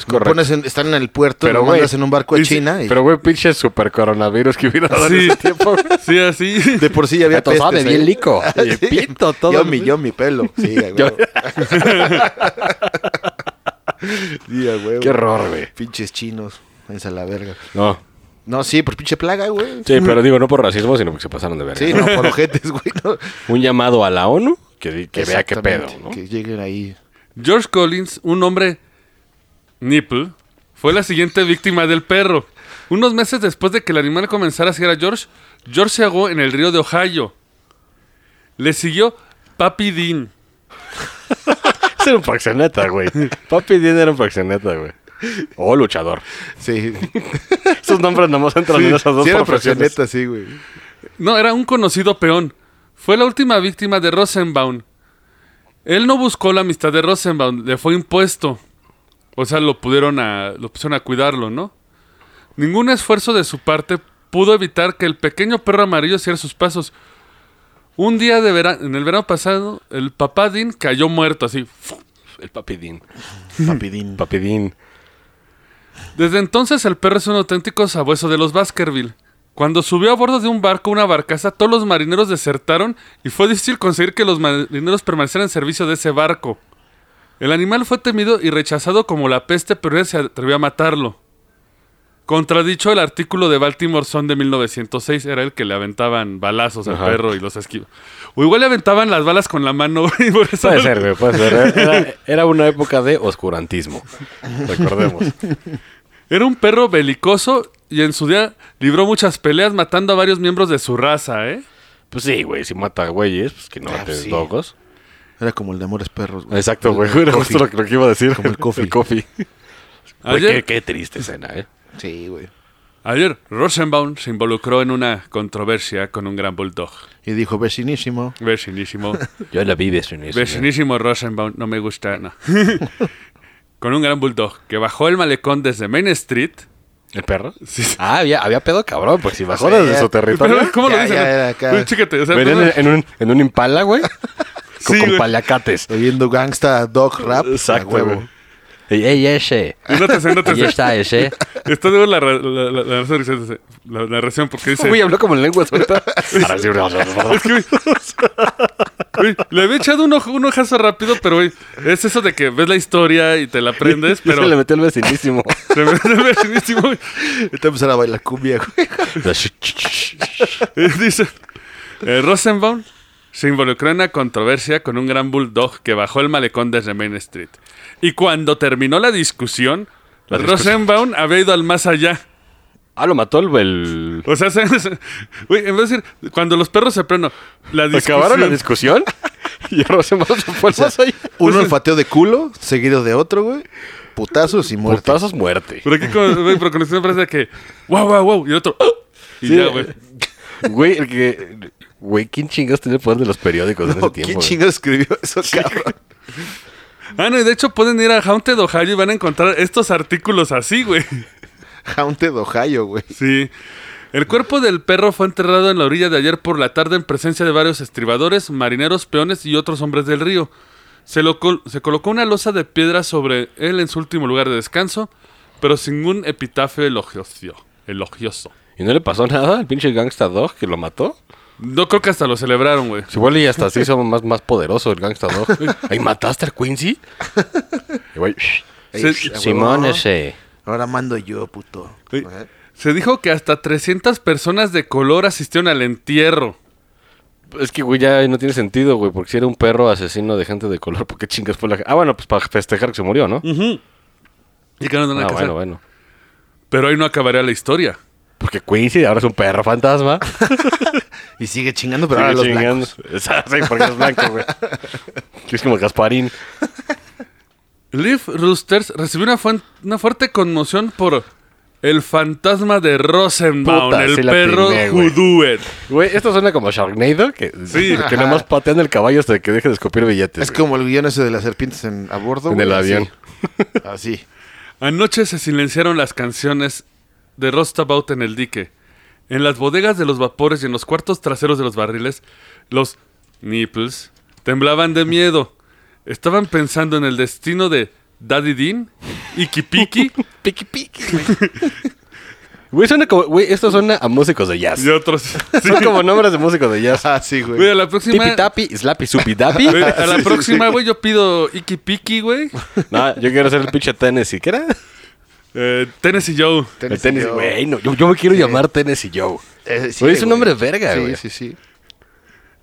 C: correcto.
D: pones en- están en el puerto,
C: Pero,
D: lo
C: güey,
D: mandas en un barco a
C: Y sí,
D: China y
C: Pero, güey, pinche super coronavirus que hubiera dado
B: Sí.
C: en ese
D: [laughs]
C: tiempo.
B: Sí, así.
D: de por sí ya había
C: Esto sabe
D: pestes
C: bien
D: ahí. [laughs]
C: lico. Y
D: Sí.
C: pito todo.
D: Yo mi, yo mi pelo. Sí, a huevo. Sí, a huevo.
C: Qué horror, güey.
D: Pinches chinos. Váyanse a la verga.
C: No.
D: No, sí, por pinche plaga, güey.
C: Sí, pero digo, no por racismo, sino porque se pasaron de verga.
D: Sí,
C: ¿no?
D: no, por ojetes, [laughs] güey. no.
C: Un llamado a la ONU que, di- que vea qué pedo,
D: Exactamente,
C: ¿no?
D: Que lleguen ahí.
B: George Collins, un hombre nipple, fue la siguiente víctima del perro. Unos meses después de que el animal comenzara a seguir a George, George se ahogó en el río de Ohio. Le siguió Papi Dean.
C: Era un proxeneta, güey. Papi Dean era un proxeneta, güey. O luchador. [laughs]
D: Sí.
C: Esos nombres nomás entran en esas dos
D: Sí, era
C: profesiones.
D: profesionista, sí, güey.
B: No, era un conocido peón. Fue la última víctima de Rosenbaum. Él no buscó la amistad de Rosenbaum, le fue impuesto. O sea, lo pudieron a, lo pusieron a cuidarlo, ¿no? Ningún esfuerzo de su parte pudo evitar que el pequeño perro amarillo hiciera sus pasos. Un día de verano, en el verano pasado, el papá Dean cayó muerto así.
C: El Papi Dean. Mm.
D: Papidín.
C: Papi Dean.
B: Desde entonces el perro es un auténtico sabueso de los Baskerville. Cuando subió a bordo de un barco, una barcaza, todos los marineros desertaron y fue difícil conseguir que los marineros permanecieran en servicio de ese barco. El animal fue temido y rechazado como la peste, pero él se atrevió a matarlo. Contradicho el artículo de Baltimore Sun de 1906, era el que le aventaban balazos al
C: Ajá.
B: perro y los esquivó. O igual le aventaban las balas con la mano. [laughs] güey, por eso-
C: Puede ser, güey, puede ser. Era, era una época de oscurantismo. Recordemos.
B: Era un perro belicoso y en su día libró muchas peleas matando a varios miembros de su raza, ¿eh?
C: Pues sí, güey, si mata güeyes, pues que no
D: Ah,
C: mates
D: sí.
C: locos.
D: Era como el de Amores Perros, güey.
C: Exacto, güey. Era justo lo, que- lo que iba a decir. Como el coffee.
D: Ah,
C: Güey,
B: Ayer,
C: qué, qué triste escena, ¿eh?
D: Sí, güey.
B: ayer Rosenbaum se involucró en una controversia con un gran bulldog.
D: Y dijo, vecinísimo.
B: Vecinísimo,
C: Yo la vi vecinísimo.
B: vecinísimo Rosenbaum, no me gusta, no. con un gran bulldog que bajó el malecón desde Main Street.
C: ¿El perro?
B: Sí, sí.
C: Ah, había, había pedo cabrón, porque si bajó
D: sea,
C: desde
D: ya-
C: su territorio.
B: Pero, ¿Cómo lo
D: Ya,
B: dicen?
D: ya era acá.
B: Uy, chécate, o sea,
C: Venían
B: pues,
C: en, en un, en un impala, güey. con,
B: Sí,
C: con
B: güey.
C: paliacates. Ah,
D: Oyendo gangsta dog rap.
C: Exacto,
D: a huevo.
C: güey. Ey, ey, ese.
B: Nótese, nótese.
C: Ahí está ese.
B: Esto debo la, ra- la- la- la- la- la narración porque dice...
C: Güey, habló como en lengua suelta. Ahora sí, bla, bla, bla, bla.
B: Güey, le había echado un, ojo- un ojazo rápido, pero güey, es eso de que ves la historia y te la
C: [laughs]
B: aprendes,
C: Y
B: pero...
C: se le metió el vecinísimo.
B: [laughs] Se me hace verguísimo, güey.
D: Ahorita empezaron a bailar cumbia, güey.
B: Eh, Dice, eh, Rosenbaum se involucró en una controversia con un gran bulldog que bajó el malecón desde Main Street. Y cuando terminó la discusión,
C: La discusión.
B: Rosenbaum había ido al más allá.
C: ah, lo mató el... el-
B: O sea, se- se- güey, en vez de decir, cuando los perros se prenden, la discusión...
C: ¿Acabaron la discusión? y Rosemar se fue al más allá.
D: Un olfateo de culo, seguido de otro, güey. Putazos y muertos.
C: Putazos muerte.
B: Pero aquí con, güey, pero con esta frase de que, wow, wow, wow, y el otro... "Ah", Y
C: Sí,
B: ya, güey.
C: Güey, el que. Güey, ¿quién chingas tiene el poder de los periódicos en ese
D: No, ¿Quién
C: tiempo?
D: chingados escribió eso, cabrón? [laughs]
B: Ah, no, y de hecho pueden ir a Haunted Ohio y van a encontrar estos artículos así, güey. [laughs]
D: Haunted Ohio, güey.
B: Sí. El cuerpo del perro fue enterrado en la orilla de ayer por la tarde en presencia de varios estribadores, marineros, peones y otros hombres del río. Se, lo col- se colocó una losa de piedra sobre él en su último lugar de descanso, pero sin ningún epitafio elogioso. elogioso.
C: ¿Y no le pasó nada al pinche Gangsta Dog que lo mató?
B: No creo que hasta lo celebraron, güey.
C: Si igual y hasta así hizo más, más poderoso el Gangsta Dog. ¿Ahí mataste al Quincy? Y güey, shh,
B: Sí,
D: Ey,
B: sí.
D: a huevo.
C: Simón ese.
D: Ahora mando yo, puto. ¿Eh?
B: Sí.
D: Ajá.
B: Se dijo que hasta 300 personas de color asistieron al entierro.
C: Es que, güey, ya no tiene sentido, güey, porque si era un perro asesino de gente de color, [laughs] ¿por qué chingas fue la Ah, bueno, pues para festejar que se murió, ¿no?
B: Y que no nos van a
C: Ah,
B: casar.
C: bueno, bueno.
B: Pero ahí no acabaría la historia.
C: Porque Quincy ahora es un perro fantasma.
D: Y sigue chingando, pero ahora
C: Sigue
D: los
C: chingando.
D: blancos.
C: Exacto, sí, porque es blanco, güey. Que [laughs] Es como Gasparín.
B: Leaf Roosters recibió una, fuent- una fuerte conmoción por el fantasma de Rosenbaum,
C: Puta,
B: el
C: sí la
B: perro
C: atiné, güey.
B: Hudúer.
C: Güey, esto suena como Sharknado, que, [laughs]
B: Sí.
C: que nada más patean el caballo hasta que deje de escupir billetes.
D: Es como el guión ese de las serpientes en, a bordo.
C: En
D: güey,
C: el
D: así. Ah,
C: avión.
D: Así.
B: Anoche se silenciaron las canciones de Rostabout en el dique. En las bodegas de los vapores y en los cuartos traseros de los barriles, los nipples temblaban de miedo. Estaban pensando en el destino de Daddy Dean, Iki Piki
C: Piqui, piqui, güey. [laughs] Güey, suena como, güey, esto suena a músicos de jazz.
B: y
C: [laughs]
B: otros. [laughs] Sí.
C: Son como nombres de músicos de jazz.
D: Ah, sí,
B: Güey,
D: güey.
B: a la próxima,
C: Tipi tapi, slappy supi dapi.
B: [laughs] güey,
C: [laughs]
B: a la próxima, güey, yo pido Iki Piki, güey.
C: No, yo quiero ser el pinche Tennessee. ¿Qué era?
B: Eh, Tennessee Joe.
C: El tenis, güey. no, yo, yo me quiero llamar Tennessee Joe.
D: Eh,
C: Güey, es un
D: güey.
C: hombre verga, güey.
D: Sí, sí, sí.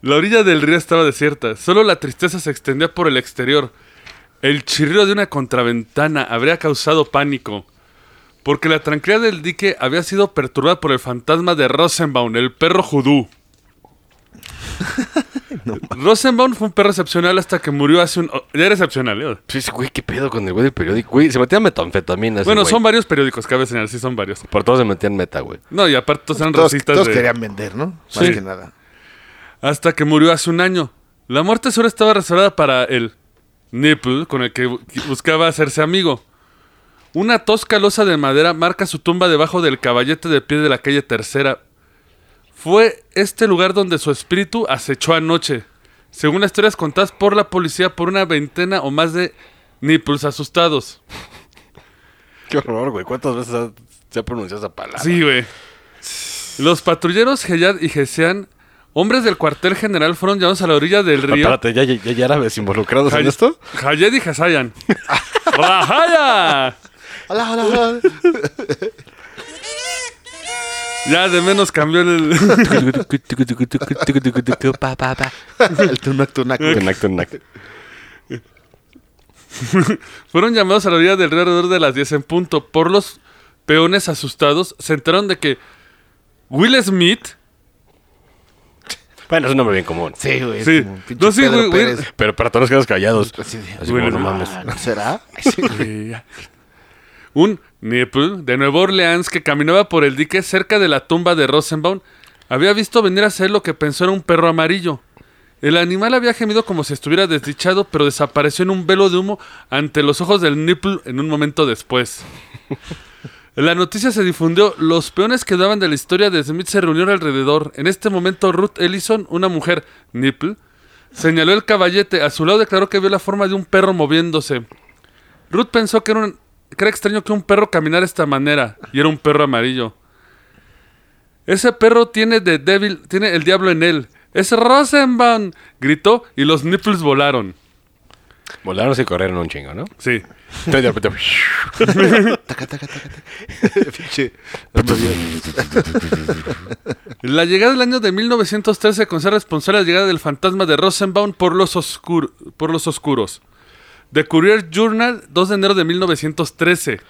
B: La orilla del río estaba desierta. Solo la tristeza se extendía por el exterior. El chirrido de una contraventana habría causado pánico. Porque la tranquilidad del dique había sido perturbada por el fantasma de Rosenbaum, el perro
D: [laughs]
B: judú. Rosenbaum fue un perro excepcional hasta que murió hace un... Ya era excepcional, ¿eh?
C: Sí, sí, Pues, güey, qué pedo con el güey del periódico. Güey, se metían metanfetaminas.
B: Bueno,
C: güey.
B: son varios periódicos, cabe señalar, sí son varios.
C: Por todos se metían meta, güey.
B: No, y aparte todos eran
D: Todos,
B: racistas
D: todos
B: de-
D: querían vender, ¿no? Más
B: Sí.
D: que nada.
B: hasta que murió hace un año. La muerte solo estaba reservada para el Nipple, con el que bu- buscaba hacerse amigo. Una tosca losa de madera marca su tumba debajo del caballete de pie de la calle tercera. Fue este lugar donde su espíritu acechó anoche, según las historias contadas por la policía por una veintena o más de Nipples asustados.
C: Qué horror, güey. ¿Cuántas veces ha- se ha pronunciado esa palabra?
B: Sí, güey. Los patrulleros Geyad y Gesean, hombres del cuartel general, fueron llevados a la orilla del
C: Ah,
B: río.
C: Espérate, ¿ya, ya, ya hay árabes involucrados en
B: Hay-
C: esto?
B: Hayed y [laughs] Hasayan. ¡Rajaya!
D: Hola,
C: [laughs]
D: hola, hola.
B: Ya de menos cambió el. [laughs]
D: El tunac, tunac.
C: En acto, en acto.
B: Fueron llamados a la orilla del río alrededor de las 10 en punto. Por los peones asustados, se enteraron de que Will Smith.
C: Bueno, es un nombre bien común.
D: Sí, güey.
B: Sí.
D: como un pinche
B: No, sí,
D: Pedro
B: güey, güey.
D: Pérez.
C: Pero para todos nos quedamos callados.
D: Así de-
C: Así como,
B: Güey,
C: no
B: no
C: mames.
D: Ah, ¿Será? [laughs]
B: Un Nipple de Nueva Orleans que caminaba por el dique cerca de la tumba de Rosenbaum había visto venir a ser lo que pensó era un perro amarillo. El animal había gemido como si estuviera desdichado, pero desapareció en un velo de humo ante los ojos del Nipple en un momento después. La noticia se difundió. Los peones que daban de la historia de Smith se reunieron alrededor. En este momento, Ruth Ellison, una mujer Nipple, señaló el caballete. A su lado declaró que vio la forma de un perro moviéndose. Ruth pensó que era, un- que era extraño que un perro caminara de esta manera, y era un perro amarillo. Ese perro tiene de débil, tiene el diablo en él. ¡Es Rosenbaum! gritó y los nipples volaron.
C: Volaron y corrieron un chingo, ¿no?
B: Sí.
C: Entonces, de repente, [laughs]
D: Taca, taca, taca, taca. Pinche.
B: La llegada del año de 1913 con ser responsable de la llegada del fantasma de Rosenbaum por los, oscur- por los oscuros. The Courier Journal, 2 de enero de 1913.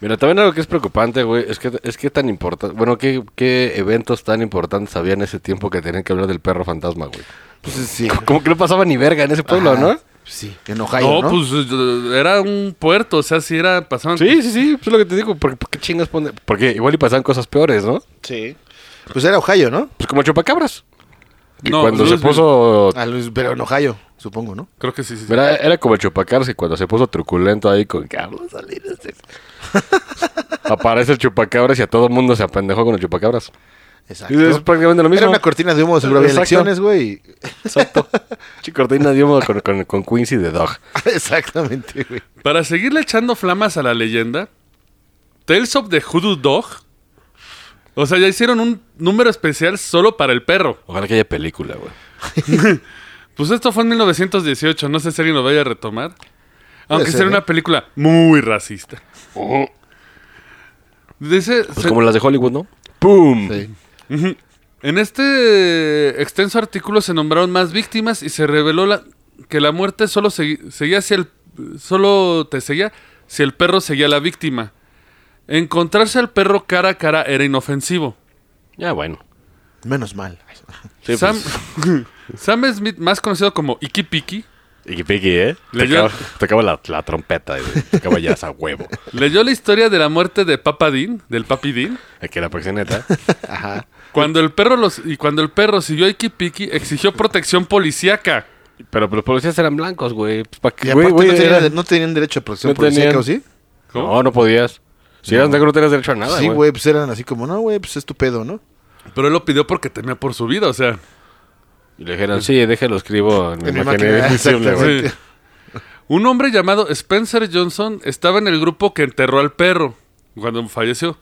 C: Mira, también algo que es preocupante, güey, es que, es que tan importante, bueno, ¿qué, qué eventos tan importantes había en ese tiempo que tenían que hablar del perro fantasma, güey.
D: Pues sí.
C: Como que no pasaba ni verga en ese pueblo,
D: Ajá.
C: ¿no?
D: Sí. En Ohio,
B: no,
D: ¿no?
B: pues eh, era un puerto, o sea, si era pasaban
C: Sí, sí, sí, pues es lo que te digo, porque ¿por qué chingas pone? Porque igual y pasaban cosas peores, ¿no?
D: Sí. Pues era Ohio, ¿no?
C: Pues como chupacabras. Que
B: No,
C: cuando se
B: Louisville.
C: puso,
D: Ah, Luis, pero en Ohio, supongo, ¿no?
B: Creo que sí, sí. sí.
C: mira, era como el chupacabras que cuando se puso truculento ahí con "Ah, Carlos Salinas. de- este-". [laughs] Aparece el chupacabras y a todo el mundo se apendejó con el chupacabras.
D: Exacto.
C: Es prácticamente lo mismo.
D: Era una cortina de humo, seguro había
C: Exacto.
D: elecciones, güey. [laughs]
C: Exacto. [laughs] Chico, Cortina dio con, con, con Quincy de Dog.
D: Exactamente, güey.
B: Para seguirle echando flamas a la leyenda, Tales of the Hoodoo Dog. O sea, ya hicieron un número especial solo para el perro.
C: Ojalá que haya película, güey.
B: Pues esto fue en 1918, no sé si alguien lo vaya a retomar. Aunque
D: ser,
B: sería
D: ¿eh?
B: una película muy racista. Dice,
C: Pues
B: se-
C: como las de Hollywood, ¿no? ¡Pum!
D: Sí.
B: Ujú. en este extenso artículo se nombraron más víctimas y se reveló la- que la muerte solo, segui- seguía si el, solo te seguía si el perro seguía a la víctima. Encontrarse al perro cara a cara era inofensivo.
C: Ya, bueno.
D: Menos mal.
C: Sí,
B: Sam, [laughs] Sam Smith, más conocido como Iki Piki,
C: Y Piki, ¿eh?
B: Le
C: Tocaba,
B: dio-
C: tocaba la, la trompeta, güey. Tocaba ya esa huevo.
B: leyó la historia de la muerte de Papa Dean, del Papi Dean,
C: Aquí la proxeneta.
D: Ajá.
B: Cuando el perro los y cuando el perro siguió a Iki Piki, exigió protección policíaca.
C: Pero los policías eran blancos, güey. Pues para
D: Y
C: que.
D: aparte
C: Güey, güey,
D: no, tenían,
C: era-
D: no tenían derecho a protección
C: No tenían.
D: policíaca, ¿o sí?
B: ¿Cómo?
C: No, no podías. Si eras negro, no tenías derecho a nada,
D: sí,
C: güey.
D: güey, pues eran así como, no, güey, pues es tu pedo, ¿no?
B: Pero él lo pidió porque temía por su vida, o sea.
C: Y le dijeron, sí, déjalo, escribo en mi
D: En mi
C: máquina [laughs]
D: máquina,
C: invisible, güey.
B: sí. Un hombre llamado Spencer Johnson estaba en el grupo que enterró al perro cuando falleció.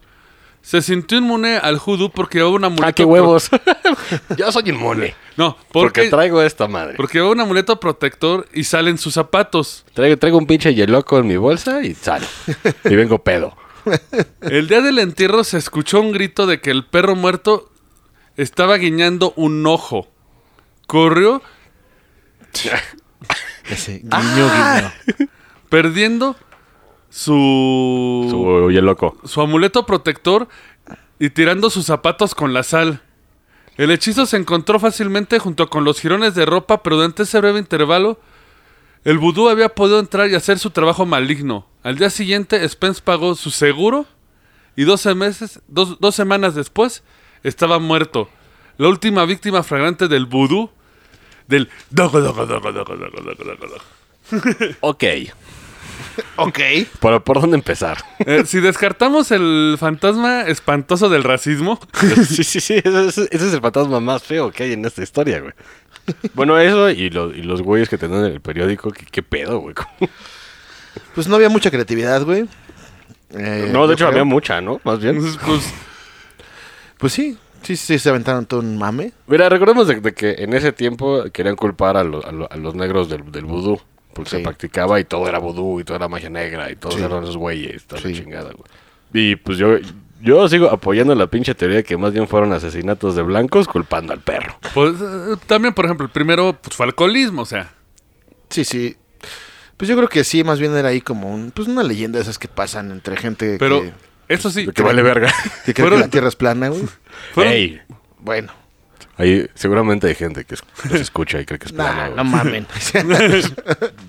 B: Se sintió inmune al judú porque llevaba un amuleto.
C: ¡Ah, qué
B: pro-
C: huevos! [laughs] Yo soy inmune.
B: No,
C: Porque
B: porque, porque,
C: traigo esta madre.
B: llevaba un amuleto protector y salen sus zapatos.
C: Traigo, traigo un pinche yeloco en mi bolsa y sale. Y vengo pedo.
B: El día del entierro se escuchó un grito de que el perro muerto estaba guiñando un ojo. Corrió
D: Ese guiño, guiño.
B: perdiendo
C: Su- Uh.
B: su,
C: Oye, loco.
B: su, amuleto protector y tirando sus zapatos con la sal. El hechizo se encontró fácilmente junto con los jirones de ropa, pero durante ese breve intervalo, el vudú había podido entrar y hacer su trabajo maligno. Al día siguiente, Spence pagó su seguro y 12 meses, dos, dos semanas después, estaba muerto. La última víctima fragrante del vudú, del... dogo, dogo, dogo, dogo, dogo, dogo, dogo, dogo.
C: Ok.
D: [laughs] Ok.
C: ¿Pero por dónde empezar?
B: Eh, si descartamos el fantasma espantoso del racismo,
C: [laughs]
B: [laughs]
C: sí, sí, sí. Ese es, ese es el fantasma más feo que hay en esta historia, güey. Bueno, eso y, los- y los güeyes que tenían en el periódico. que- ¿Qué, pedo, güey?
D: Eh, Pues no había mucha creatividad, güey. Eh,
C: no, de
D: yo
C: hecho
D: creo.
C: había mucha, ¿no? Más bien.
B: pues, pues,
D: Pues sí, sí, sí, se aventaron todo un mame.
C: Mira, recordemos de, de que en ese tiempo querían culpar a, lo- a lo- a los negros del, del vudú. Porque se
D: Sí.
C: practicaba y todo era vudú y todo era magia negra y todos
D: Sí.
C: eran esos güeyes. Toda la
D: Sí.
C: chingada, güey. Y pues yo, yo sigo apoyando la pinche teoría de que más bien fueron asesinatos de blancos culpando al perro.
B: pues, eh, también, por ejemplo, el primero pues, fue alcoholismo, o sea.
D: Sí, sí. Pues yo creo que sí, más bien era ahí como un, pues una leyenda de esas que pasan entre gente
B: Pero
D: que,
B: eso sí,
C: De que
B: [laughs]
C: vale verga.
D: que cree
B: fueron-
D: que la Tierra es
C: [laughs]
D: plana, güey.
B: fueron-
C: Ey,
D: Bueno,
C: ahí seguramente hay gente que es- los escucha y cree que es
D: nah,
C: plano, [laughs]
D: no mamen.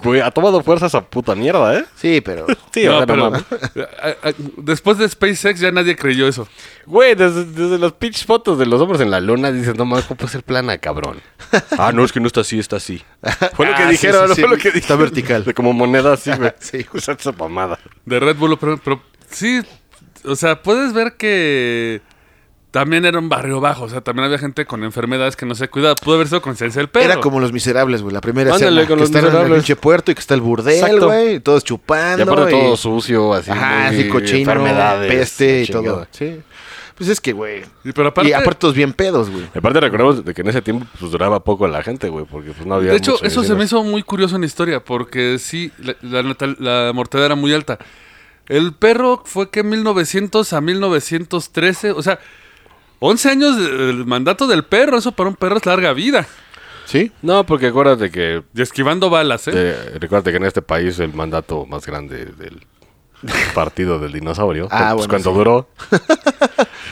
C: güey. ha tomado fuerza esa puta mierda, ¿eh?
D: sí, pero
C: Sí,
B: no,
C: o sea, no
B: pero,
C: mames.
B: eh, eh, después de SpaceX ya nadie creyó eso.
C: Güey, desde, desde las pinches fotos de los hombres en la luna dicen, no mames, ¿cómo puede ser plana, cabrón? ah, no, es que no está así, está [laughs] así. Fue lo que
D: Ah, sí,
C: dijeron,
D: sí, sí,
C: fue lo que dijeron.
D: está vertical.
C: De como moneda así, güey.
D: [laughs] Sí.
C: Usa esa mamada.
B: De Red Bull, pero, pero sí, o sea, puedes ver que también era un barrio bajo, o sea, también había gente con enfermedades que no se cuidaba. Pudo haber sido conciencia del perro.
D: era como Los Miserables, güey. La primera
C: Ándale,
D: escena,
C: con
D: que
C: Los
D: están en el
C: Miserables.
D: pinche puerto y que está el burdel,
C: Exacto.
D: güey. Y todos
C: Y
D: chupando.
C: aparte
D: y-
C: todo sucio, así.
D: Ajá,
C: muy-
D: así cochino,
C: enfermedades,
D: peste y
C: chingada.
D: todo. Sí. Pues es que, güey.
B: Y- pero aparte,
D: y aparte todos bien pedos, güey.
C: Y Aparte recordemos de que en ese tiempo pues duraba poco la gente, güey, porque pues no había
B: de hecho,
C: mucho
B: eso se
C: dinero.
B: me hizo muy curioso en la historia, porque sí, la, la, natal- la mortalidad era muy alta. El perro fue que 1900 a 1913, o sea, 11 años de- del mandato del perro, eso para un perro es larga vida.
D: Sí.
C: No, porque acuérdate que
B: Y esquivando balas, ¿eh?
C: Eh, recuerda que en este país el mandato más grande del partido del dinosaurio,
D: Ah,
C: pues
D: bueno,
C: cuando duró,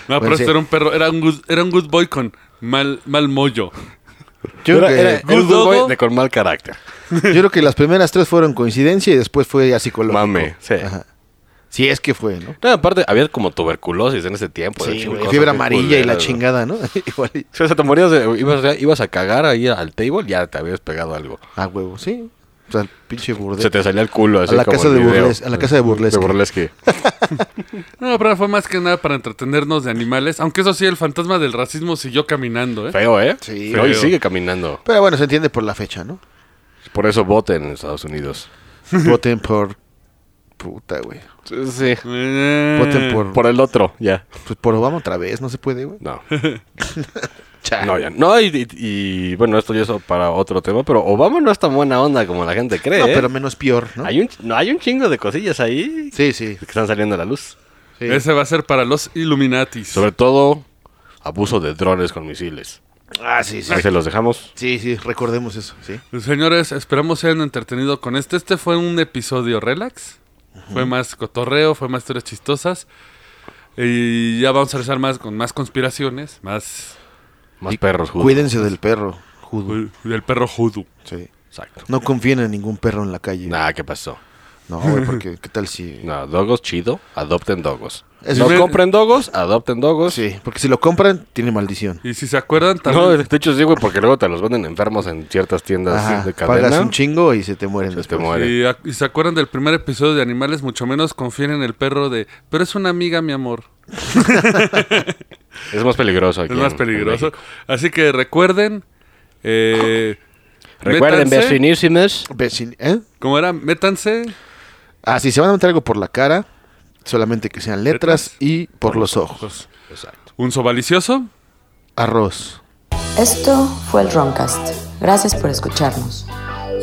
B: no, pero
D: pues sí.
B: este era un perro, era un good, era un good boy con mal, mal mollo.
D: Yo,
C: era,
D: creo que,
C: era- era un
B: Good
C: good boy
B: Dog.
C: de con mal carácter.
D: yo creo que las primeras tres fueron coincidencia y después fue ya psicológico.
C: Mame, sí.
D: Ajá. Sí, es que fue, ¿no?
C: No, aparte había como tuberculosis en ese tiempo. de
D: Sí,
C: hecho,
D: güey,
C: cosas
D: fiebre
C: bien
D: amarilla y la
C: culeras, ¿no?
D: chingada, ¿no? [laughs] Igual. y-
C: O sea, te morías de- ibas, ibas a cagar ahí al table, ya te habías pegado algo.
D: A ah, huevo, sí. O sea, el pinche burdel.
C: Se te salía el culo así
D: A la
C: como
D: casa
C: el
D: de
C: video.
D: Burles- a la casa de Burlesque.
C: De burlesque.
B: No, pero fue más que nada para entretenernos de animales, aunque eso sí, el fantasma del racismo siguió caminando, ¿eh?
C: Feo, ¿eh?
D: Sí,
C: Feo y
B: feo.
C: sigue caminando.
D: Pero bueno, se entiende por la
C: [laughs]
D: fecha, ¿no?
C: Por eso voten en Estados Unidos.
D: Voten por. Puta, güey.
C: Sí.
B: Eh,
D: Voten por.
C: Mm, Por el otro, ya.
D: Pues por Obama otra vez, no se puede, güey.
C: No.
D: Chale.
C: No, ya. No, y, y- y, bueno, esto ya es para otro tema, pero Obama no es tan buena onda como la gente cree.
D: No,
C: ¿eh?
D: pero menos peor, ¿no?
C: Hay, un, ch- no, hay un chingo de cosillas ahí
D: Sí, sí.
C: que están saliendo a la luz.
D: sí.
B: Ese va a ser para los Illuminatis.
C: Sobre todo, abuso de drones con misiles.
D: Ah, sí, sí.
C: Ahí se los dejamos.
D: Sí, sí, recordemos eso, sí.
B: Pues, Señores, esperamos se hayan entretenido con este. Este fue un episodio relax. Fue más cotorreo, fue más historias chistosas. Y ya vamos a regresar más con más conspiraciones, más
C: Más perros, judo.
D: Cuídense del perro, judo.
B: ju- del perro Hoodoo.
D: Sí.
C: Exacto.
D: No confíen en ningún perro en la calle.
C: Nah, ¿qué pasó?
D: [laughs] No, güey, porque ¿qué tal si...?
C: No, dogos chido, adopten dogos.
D: Es
C: no
B: me-
C: compren dogos, adopten dogos.
D: Sí, porque si lo compran, tiene maldición.
B: Y si se acuerdan,
C: No,
B: también
C: de hecho sí, güey, porque luego te los venden enfermos en ciertas tiendas
D: Ajá,
C: de cadena.
D: pagas este, un chingo y se te mueren
C: se te
D: después.
C: muere.
B: y, ac- y se acuerdan del primer episodio de Animales, mucho menos confíen en el perro de. Pero es una amiga, mi amor.
C: Es más peligroso aquí.
B: Es más
C: en- en
B: peligroso.
C: México.
B: Así que recuerden. eh,
C: Recuerden,
B: métanse-
C: vecinísimas.
D: Vecin- ¿eh?
B: ¿Cómo era? Métanse.
D: Ah, si se van a meter algo por la cara, solamente que sean letras
B: Letras.
D: y por los ojos.
C: Exacto.
B: Un sobalicioso.
D: Arroz.
A: Esto fue el Roncast. Gracias por escucharnos.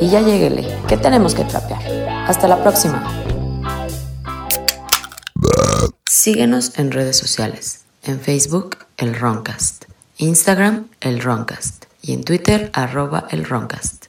A: Y ya lleguele, que tenemos que trapear. Hasta la próxima. Síguenos en redes sociales. En Facebook, El Roncast. Instagram, El Roncast. Y en Twitter, arroba El Roncast.